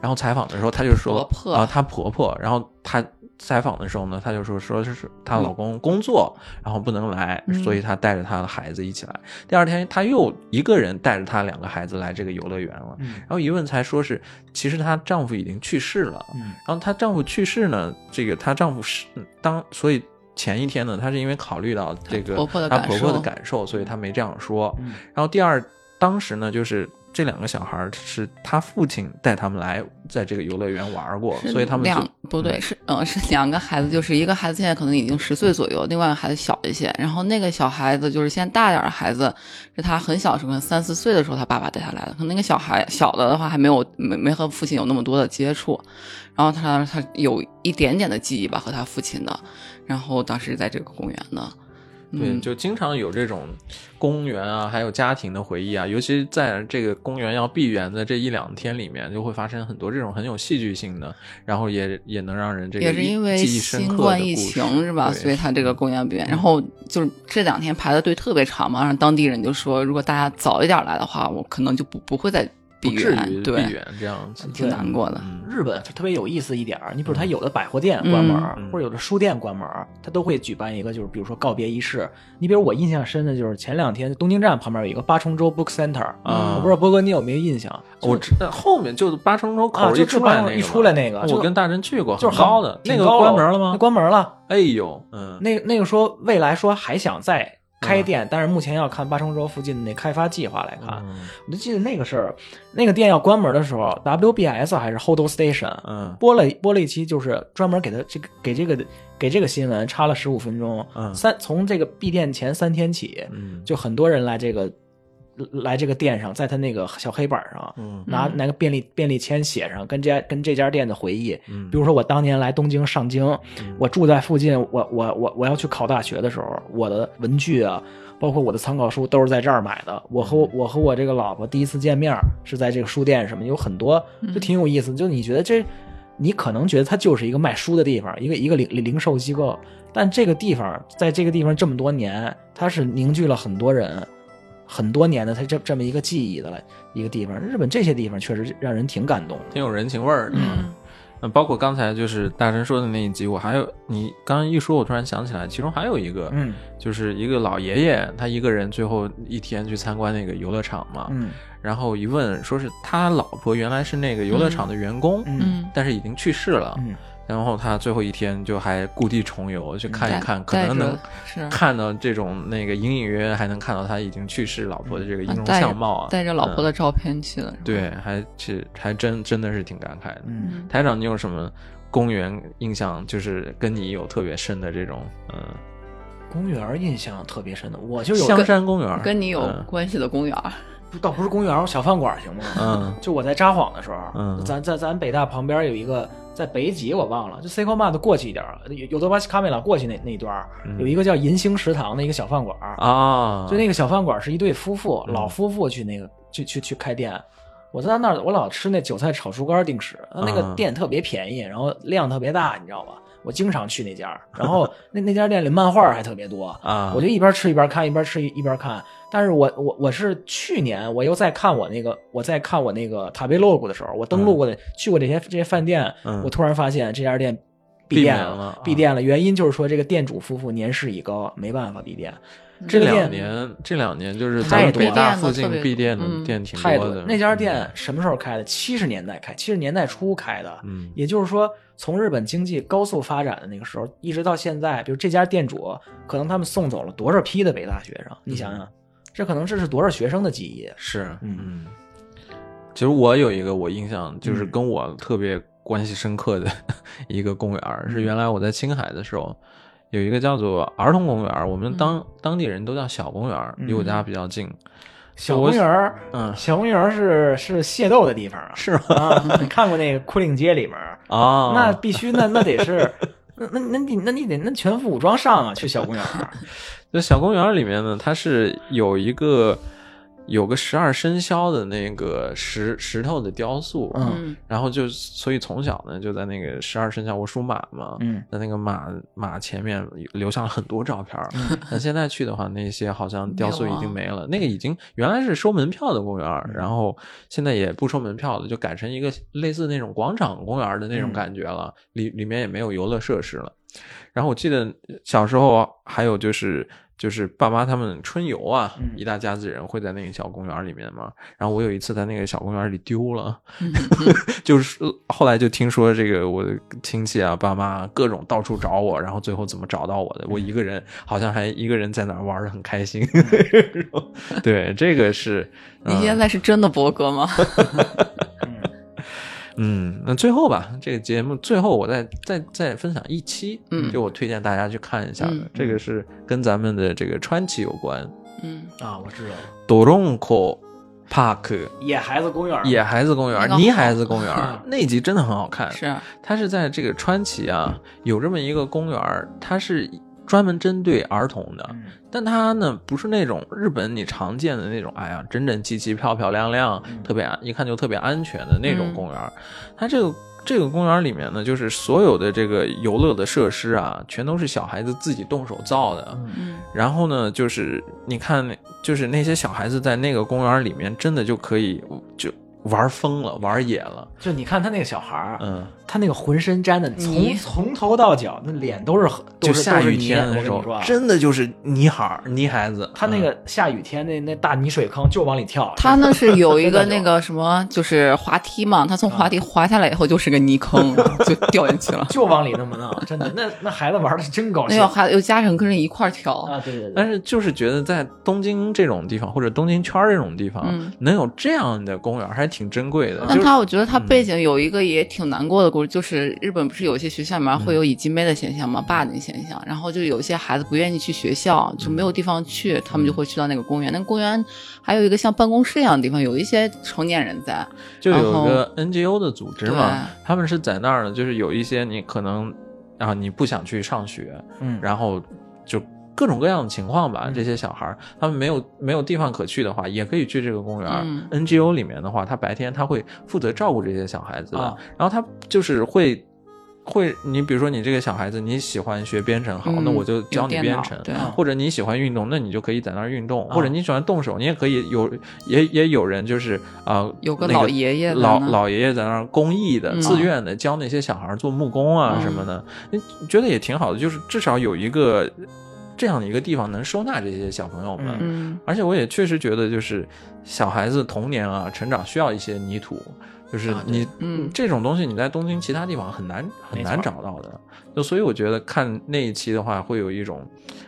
然后采访的时候她就说婆婆啊，她婆婆，然后她采访的时候呢，她就说说是她老公工作，然后不能来，嗯所以她带着她的孩子一起来。第二天她又一个人带着她两个孩子来这个游乐园了，嗯然后一问才说是其实她丈夫已经去世了，嗯然后她丈夫去世呢，这个她丈夫是嗯当所以前一天呢，她是因为考虑到这个她婆婆的她感婆婆的受感受，所以她没这样说。嗯然后第二，当时呢就是。这两个小孩儿是她父亲带他们来，在这个游乐园玩过，是所以他们两就不对是嗯是两个孩子，就是一个孩子现在可能已经十岁左右，另外一个孩子小一些。然后那个小孩子就是现在大点儿的孩子，是他很小的时候，可能三四岁的时候他爸爸带他来的。可能那个小孩小的的话还没有没没和父亲有那么多的接触，然后他他有一点点的记忆吧和他父亲的。然后当时在这个公园呢，对，嗯，就经常有这种公园啊，还有家庭的回忆啊，尤其在这个公园要闭园的这一两天里面，就会发生很多这种很有戏剧性的，然后也也能让人这个也是因为记忆深新刻的冠故疫事情是吧？对嗯所以他这个公园表演，然后就是这两天排的队特别长嘛，让当地人就说，如果大家早一点来的话，我可能就不不会再不闭至园，于闭对，园这样子，挺难过的。嗯日本就特别有意思一点儿，你比如它有的百货店关门儿，嗯或者有的书店关门儿，它都会举办一个，就是比如说告别仪式。你比如我印象深的就是前两天东京站旁边有一个八重洲 Book Center，啊我不知道波哥你有没有印象？我知道后面就是八重洲口啊就一出来那就个嘛，一出来那个就我跟大真去过，就是很很哦高的挺那个高关楼门了吗那？关门了。哎呦，嗯，那那个说未来说还想再开店，但是目前要看八重洲附近的那啊开发计划来看。嗯我就记得那个事儿，那个店要关门的时候，WBS 还是 Hodo Station，嗯播了播了一期，就是专门给他这个给这个给这个新闻插了十五分钟。嗯三从这个闭店前三天起，嗯，就很多人来这个来这个店上，在他那个小黑板上。嗯拿拿个便利便利签写上跟这家跟这家店的回忆，嗯比如说我当年来东京上京，我住在附近，我我我我要去考大学的时候，我的文具啊，包括我的参考书都是在这儿买的。我嗯和我我和我这个老婆第一次见面是在这个书店，什么有很多嗯就挺有意思。就你觉得这，你可能觉得它就是一个卖书的地方，一个一个零零售机构，但这个地方在这个地方这么多年，它是凝聚了很多人。很多年的，它这这么一个记忆的了一个地方，日本这些地方确实让人挺感动的。挺有人情味儿的。嗯嗯，包括刚才就是大神说的那一集，我还有你刚刚一说，我突然想起来，其中还有一个，嗯就是一个老爷爷，他一个人最后一天去参观那个游乐场嘛，嗯然后一问，说是他老婆原来是那个游乐场的员工，嗯嗯，但是已经去世了，嗯，然后他最后一天就还故地重游去看一看，可带能能带着是看到这种那个隐隐约约还能看到他已经去世老婆的这个音容嗯带相貌啊，带着老嗯、婆的照片去了，是吧，对，还是还真真的是挺感慨的。嗯嗯台长，你有什么公园印象？就是跟你有特别深的这种，嗯，公园儿印象特别深的，我就有呃香山公园，跟你有关系的公园儿，不倒不是公园儿，小饭馆儿行吗？嗯， 就我在札幌的时候，嗯咱在咱北大旁边有一个，在北几我忘了，就 Seiko Mart 过去一点儿，有有德巴西卡梅拉过去那那一段儿，有一个叫银星食堂的一个小饭馆儿嗯，啊，嗯就那个小饭馆儿是一对夫妇，老夫妇去那个去去去开店。我在那儿，我老吃那韭菜炒猪肝儿定时，那个嗯店特别便宜，然后量特别大，你知道吧？我经常去那家儿，然后那那家店里漫画还特别多啊我就一边吃一边看，一边吃一边看。但是我我我是去年我又在看我那个我在看我那个塔贝洛谷的时候，我登录过的、去过这些这些饭店，嗯我突然发现这家店闭闭店门了闭啊店了。原因就是说这个店主夫妇年事已高，没办法闭店。嗯这这个两店年这两年就是太咱们多了北大闭店了附近特别闭店的嗯店挺太多的。嗯那家店什么时候开的？七十年代开，七十年代初开的。嗯，嗯也就是说，从日本经济高速发展的那个时候，一直到现在，比如这家店主，可能他们送走了多少批的北大学生？你想想，这可能这是多少学生的记忆？嗯是，嗯嗯。其实我有一个我印象，就是嗯跟我特别关系深刻的 一个公园儿，是原来我在青海的时候，有一个叫做儿童公园儿，我们当、当地人都叫小公园儿，离我家比较近。小公园儿，嗯小公园儿是是械斗的地方啊，是吗？啊，你看过那个《枯岭街》 里面儿？啊，那必须，那那得是，那那那你那你得那全副武装上啊，去小公 园儿。就小公园里面呢，它是有一个有个十二生肖的那个石石头的雕塑，嗯嗯然后就所以从小呢就在那个十二生肖，我属马嘛，嗯在那个马马前面留下了很多照片儿。嗯那现在去的话，那些好像雕塑已经没了，那个已经原来是收门票的公园嗯儿，然后现在也不收门票了，就改成一个类似那种广场公园儿的那种嗯感觉了，里里面也没有游乐设施了。然后我记得小时候还有就是就是爸妈他们春游啊，嗯一大家子人会在那个小公园里面嘛。然后我有一次在那个小公园里丢了， 就是后来就听说这个我的亲戚啊、爸妈各种到处找我，然后最后怎么找到我的？我一个人好像还一个人在哪儿玩的很开心。 然后对，这个是你现在是真的博 哥吗？嗯，那最后吧，这个节目最后我再再再分享一期，嗯就我推荐大家去看一下的，嗯这个是跟咱们的这个川崎有关。嗯，啊，我知道了，多隆口 Park 野孩子公园儿，野孩子公那园、个好泥孩子公园嗯那集真的很好看。是啊它是在这个川崎啊，有这么一个公园儿，它是专门针对儿童的。嗯但它呢，不是那种日本你常见的那种，哎呀，整整齐齐、漂漂亮亮，嗯特别安一看就特别安全的那种嗯公园儿。它这个这个公园儿里面呢，就是所有的这个游乐的设施啊，全都是小孩子自己动手造的。嗯 然后呢，就是你看，就是那些小孩子在那个公园儿里面，真的就可以就玩疯了，玩野了。就你看他那个小孩儿，嗯，他那个浑身沾的从泥从头到脚，那脸都是很就都是下都是雨泥天我的跟时你候说啊，真的就是泥孩儿、泥孩子。他那嗯个下雨天那那大泥水坑就往里跳，他那是 有一个那个什么，就是滑梯嘛，他嗯从滑梯滑下来以后就是个泥 坑，然后就掉进去了。就往里那么 弄，真的，那那孩子玩的真高那兴有还有家长跟着一块儿跳，啊！对对对，但是就是觉得在东京这种地方，或者东京圈儿这种地方，嗯能有这样的公园儿还挺珍贵的。但就是嗯他我觉得他背景有一个也挺难过的故事，就是日本不是有一些学校里面嗯会有以及妹的现象嘛，霸凌现象，然后就有一些孩子不愿意去学校，就没嗯有地方去，他们就会去到那个公园。那公园还有一个像办公室一样的地方，有一些成年人在，就有然后一个 NGO 的组织嘛嗯对，他们是在那儿呢，就是有一些你可能啊你不想去上学，嗯，然后就各种各样的情况吧。嗯这些小孩儿他们没有没有地方可去的话，也可以去这个公园儿。嗯 NGO 里面的话，他白天他会负责照顾这些小孩子的，哦啊然后他就是会。会，你比如说你这个小孩子你喜欢学编程，好，嗯那我就教你用电编脑程。对哦或者你喜欢运动，那你就可以在那儿运动；啊或者你喜欢动手，你也可以有也也有人就是啊，呃有个那老爷爷在老那老爷爷在那儿公益的、嗯自愿的教那些小孩儿做木工啊嗯什么的，你觉得也挺好的，就是至少有一个这样的一个地方能收纳这些小朋友们。嗯嗯，而且我也确实觉得，就是小孩子童年啊，成长需要一些泥土，就是啊对你、嗯这种东西你在东京其他地方很难很难没错找到的。就所以我觉得看那一期的话，会有一种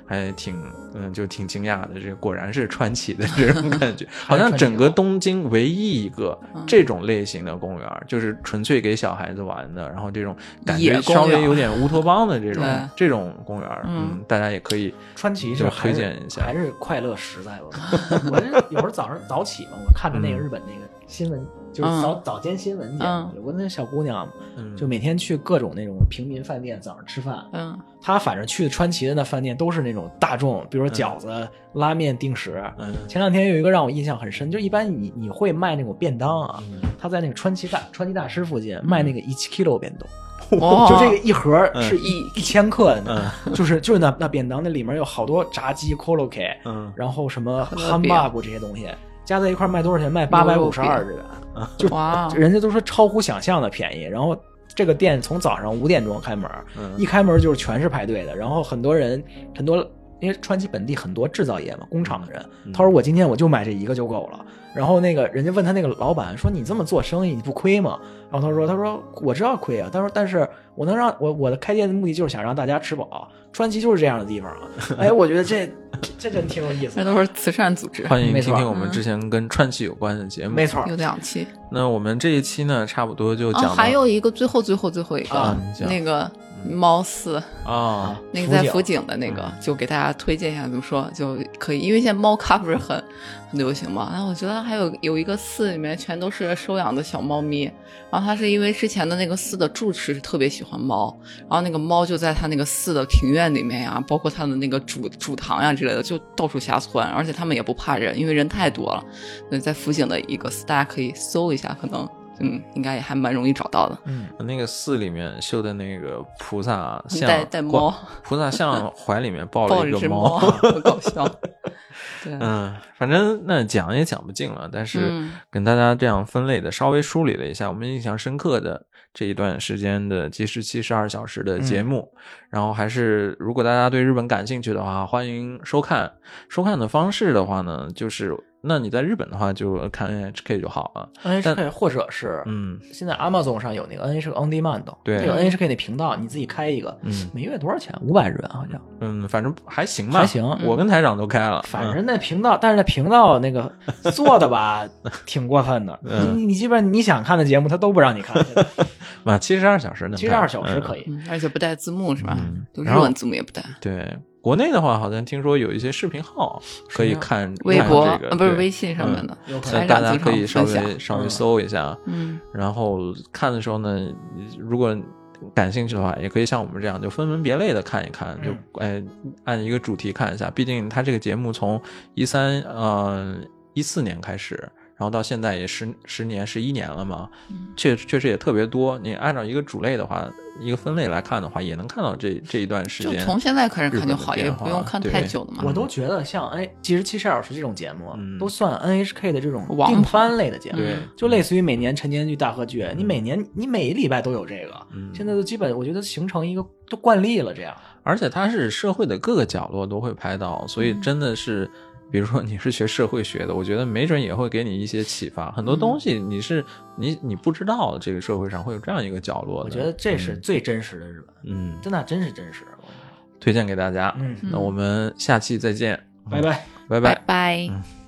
还挺嗯就挺惊讶的，这果然是川崎的这种感 觉，好像川崎整个好嗯东京唯一一个这种类型的公园儿，就是纯粹给小孩子玩的，然后这种感觉野公稍微园有点乌托邦的这 种对这种公园儿，嗯嗯，大家也可以川崎就这还推是荐一下还是快乐实在吧。 我这有时候早上早起嘛，我看着那个嗯日本那个新闻，就是嗯早早间新闻节嗯目，有个那小姑娘嗯就每天去各种那种平民饭店早上吃饭， 嗯，他反正去的川崎的那饭店都是那种大众，比如说饺子、拉面、定时。嗯前两天有一个让我印象很深，就一般你你会卖那种便当啊，他在那个川崎大川崎大师附近卖那个一 kilo 便当，哇就这个一盒是一哦嗯一千克的，就是就是那那便当，那里面有好多炸鸡、k o l o k 嗯然后什么特汉别巴布这些东西，加在一块儿卖多少钱？卖八百五十二日元，就哇哦人家都说超乎想象的便宜。然后这个店从早上五点钟开门，一开门就是全是排队的，然后很多人很多。因为川崎本地很多制造业嘛，工厂的人，他说我今天我就买这一个就够了。然后那个人家问他那个老板说：“你这么做生意你不亏吗？”然后他说：“他说我知道亏啊，他说但是我能让我我的开店的目的就是想让大家吃饱，川崎就是这样的地方啊。”哎，我觉得这这这真挺有意思这的。都是慈善组织， 欢迎没听错听我们之前跟川崎有关的节目。没错，有两期那我们这一期呢，差不多就讲啊，到还有一个最后最后最后一个、啊你讲那个猫四。啊，那个在辅辅警警的那嗯个，就给大家推荐一下怎么说就可以，因为现在猫咖不是很很流行嘛。然后我觉得还有有一个寺里面全都是收养的小猫咪，然后他是因为之前的那个寺的住持特别喜欢猫，然后那个猫就在他那个寺的庭院里面呀，包括他的那个主主堂呀之类的，就到处瞎窜，而且他们也不怕人，因为人太多了。所以在辅警的一个寺，大家可以搜一下，可能嗯应该也还蛮容易找到的。嗯，那个寺里面绣的那个菩萨像，带带猫挂， 菩萨像怀里面抱抱了一着个只猫。很搞笑。 对，嗯，反正那讲也讲不尽了，但是嗯跟大家这样分类的稍微梳理了一下，我们印象深刻的这一段时间的即时七十二小时的节目，然后还是如果大家对日本感兴趣的话，欢迎收看。收看的方式的话呢，就是那你在日本的话就看 NHK 就好了。 NHK 或者是嗯现在 Amazon 上有那个 NHK On Demand，的对那个 NHK 那频道你自己开一个，嗯每月多少钱？五百日元好像，嗯，反正还行吧，还行我跟台长都开了，反嗯正那频道，但是那频道那个做 的吧，挺过分的。嗯你你基本上你想看的节目，他都不让你看， 啊七十二小时能看，七十二小时嗯可以。嗯，而且不带字幕是吧？嗯就日然后文字幕也不带，对，国内的话好像听说有一些视频号可以频号看微看博这啊个不是对微信上面的有，可那台大长家经可以稍常分微享。稍微嗯搜一下，嗯，然后看的时候呢，如果感兴趣的话，也可以像我们这样，就分门别类的看一看，就哎嗯按一个主题看一下。毕竟它这个节目从一三呃一四年开始，然后到现在也十十年十一年了嘛，嗯确确实也特别多。你按照一个主类的话，一个分类来看的话，也能看到这这一段时就间。从现在开始看就好，日本的也变化不用看太久了嘛。我都觉得像 N 其实七十二小时这种节目嗯，都算 NHK 的这种王牌定番类的节目对，嗯就类似于每年陈年剧、大河剧，你每年你每一礼拜都有这个嗯，现在都基本我觉得形成一个都惯例了，这样。而且它是社会的各个角落都会拍到，所嗯以真的是，比如说你是学社会学的，我觉得没准也会给你一些启发。很多嗯东西你是、你你不知道这个社会上会有这样一个角落的，我觉得这是最真实的日本，嗯，真的真是真实。推荐给大家。嗯那我们下期再见，拜拜。拜拜拜。拜。嗯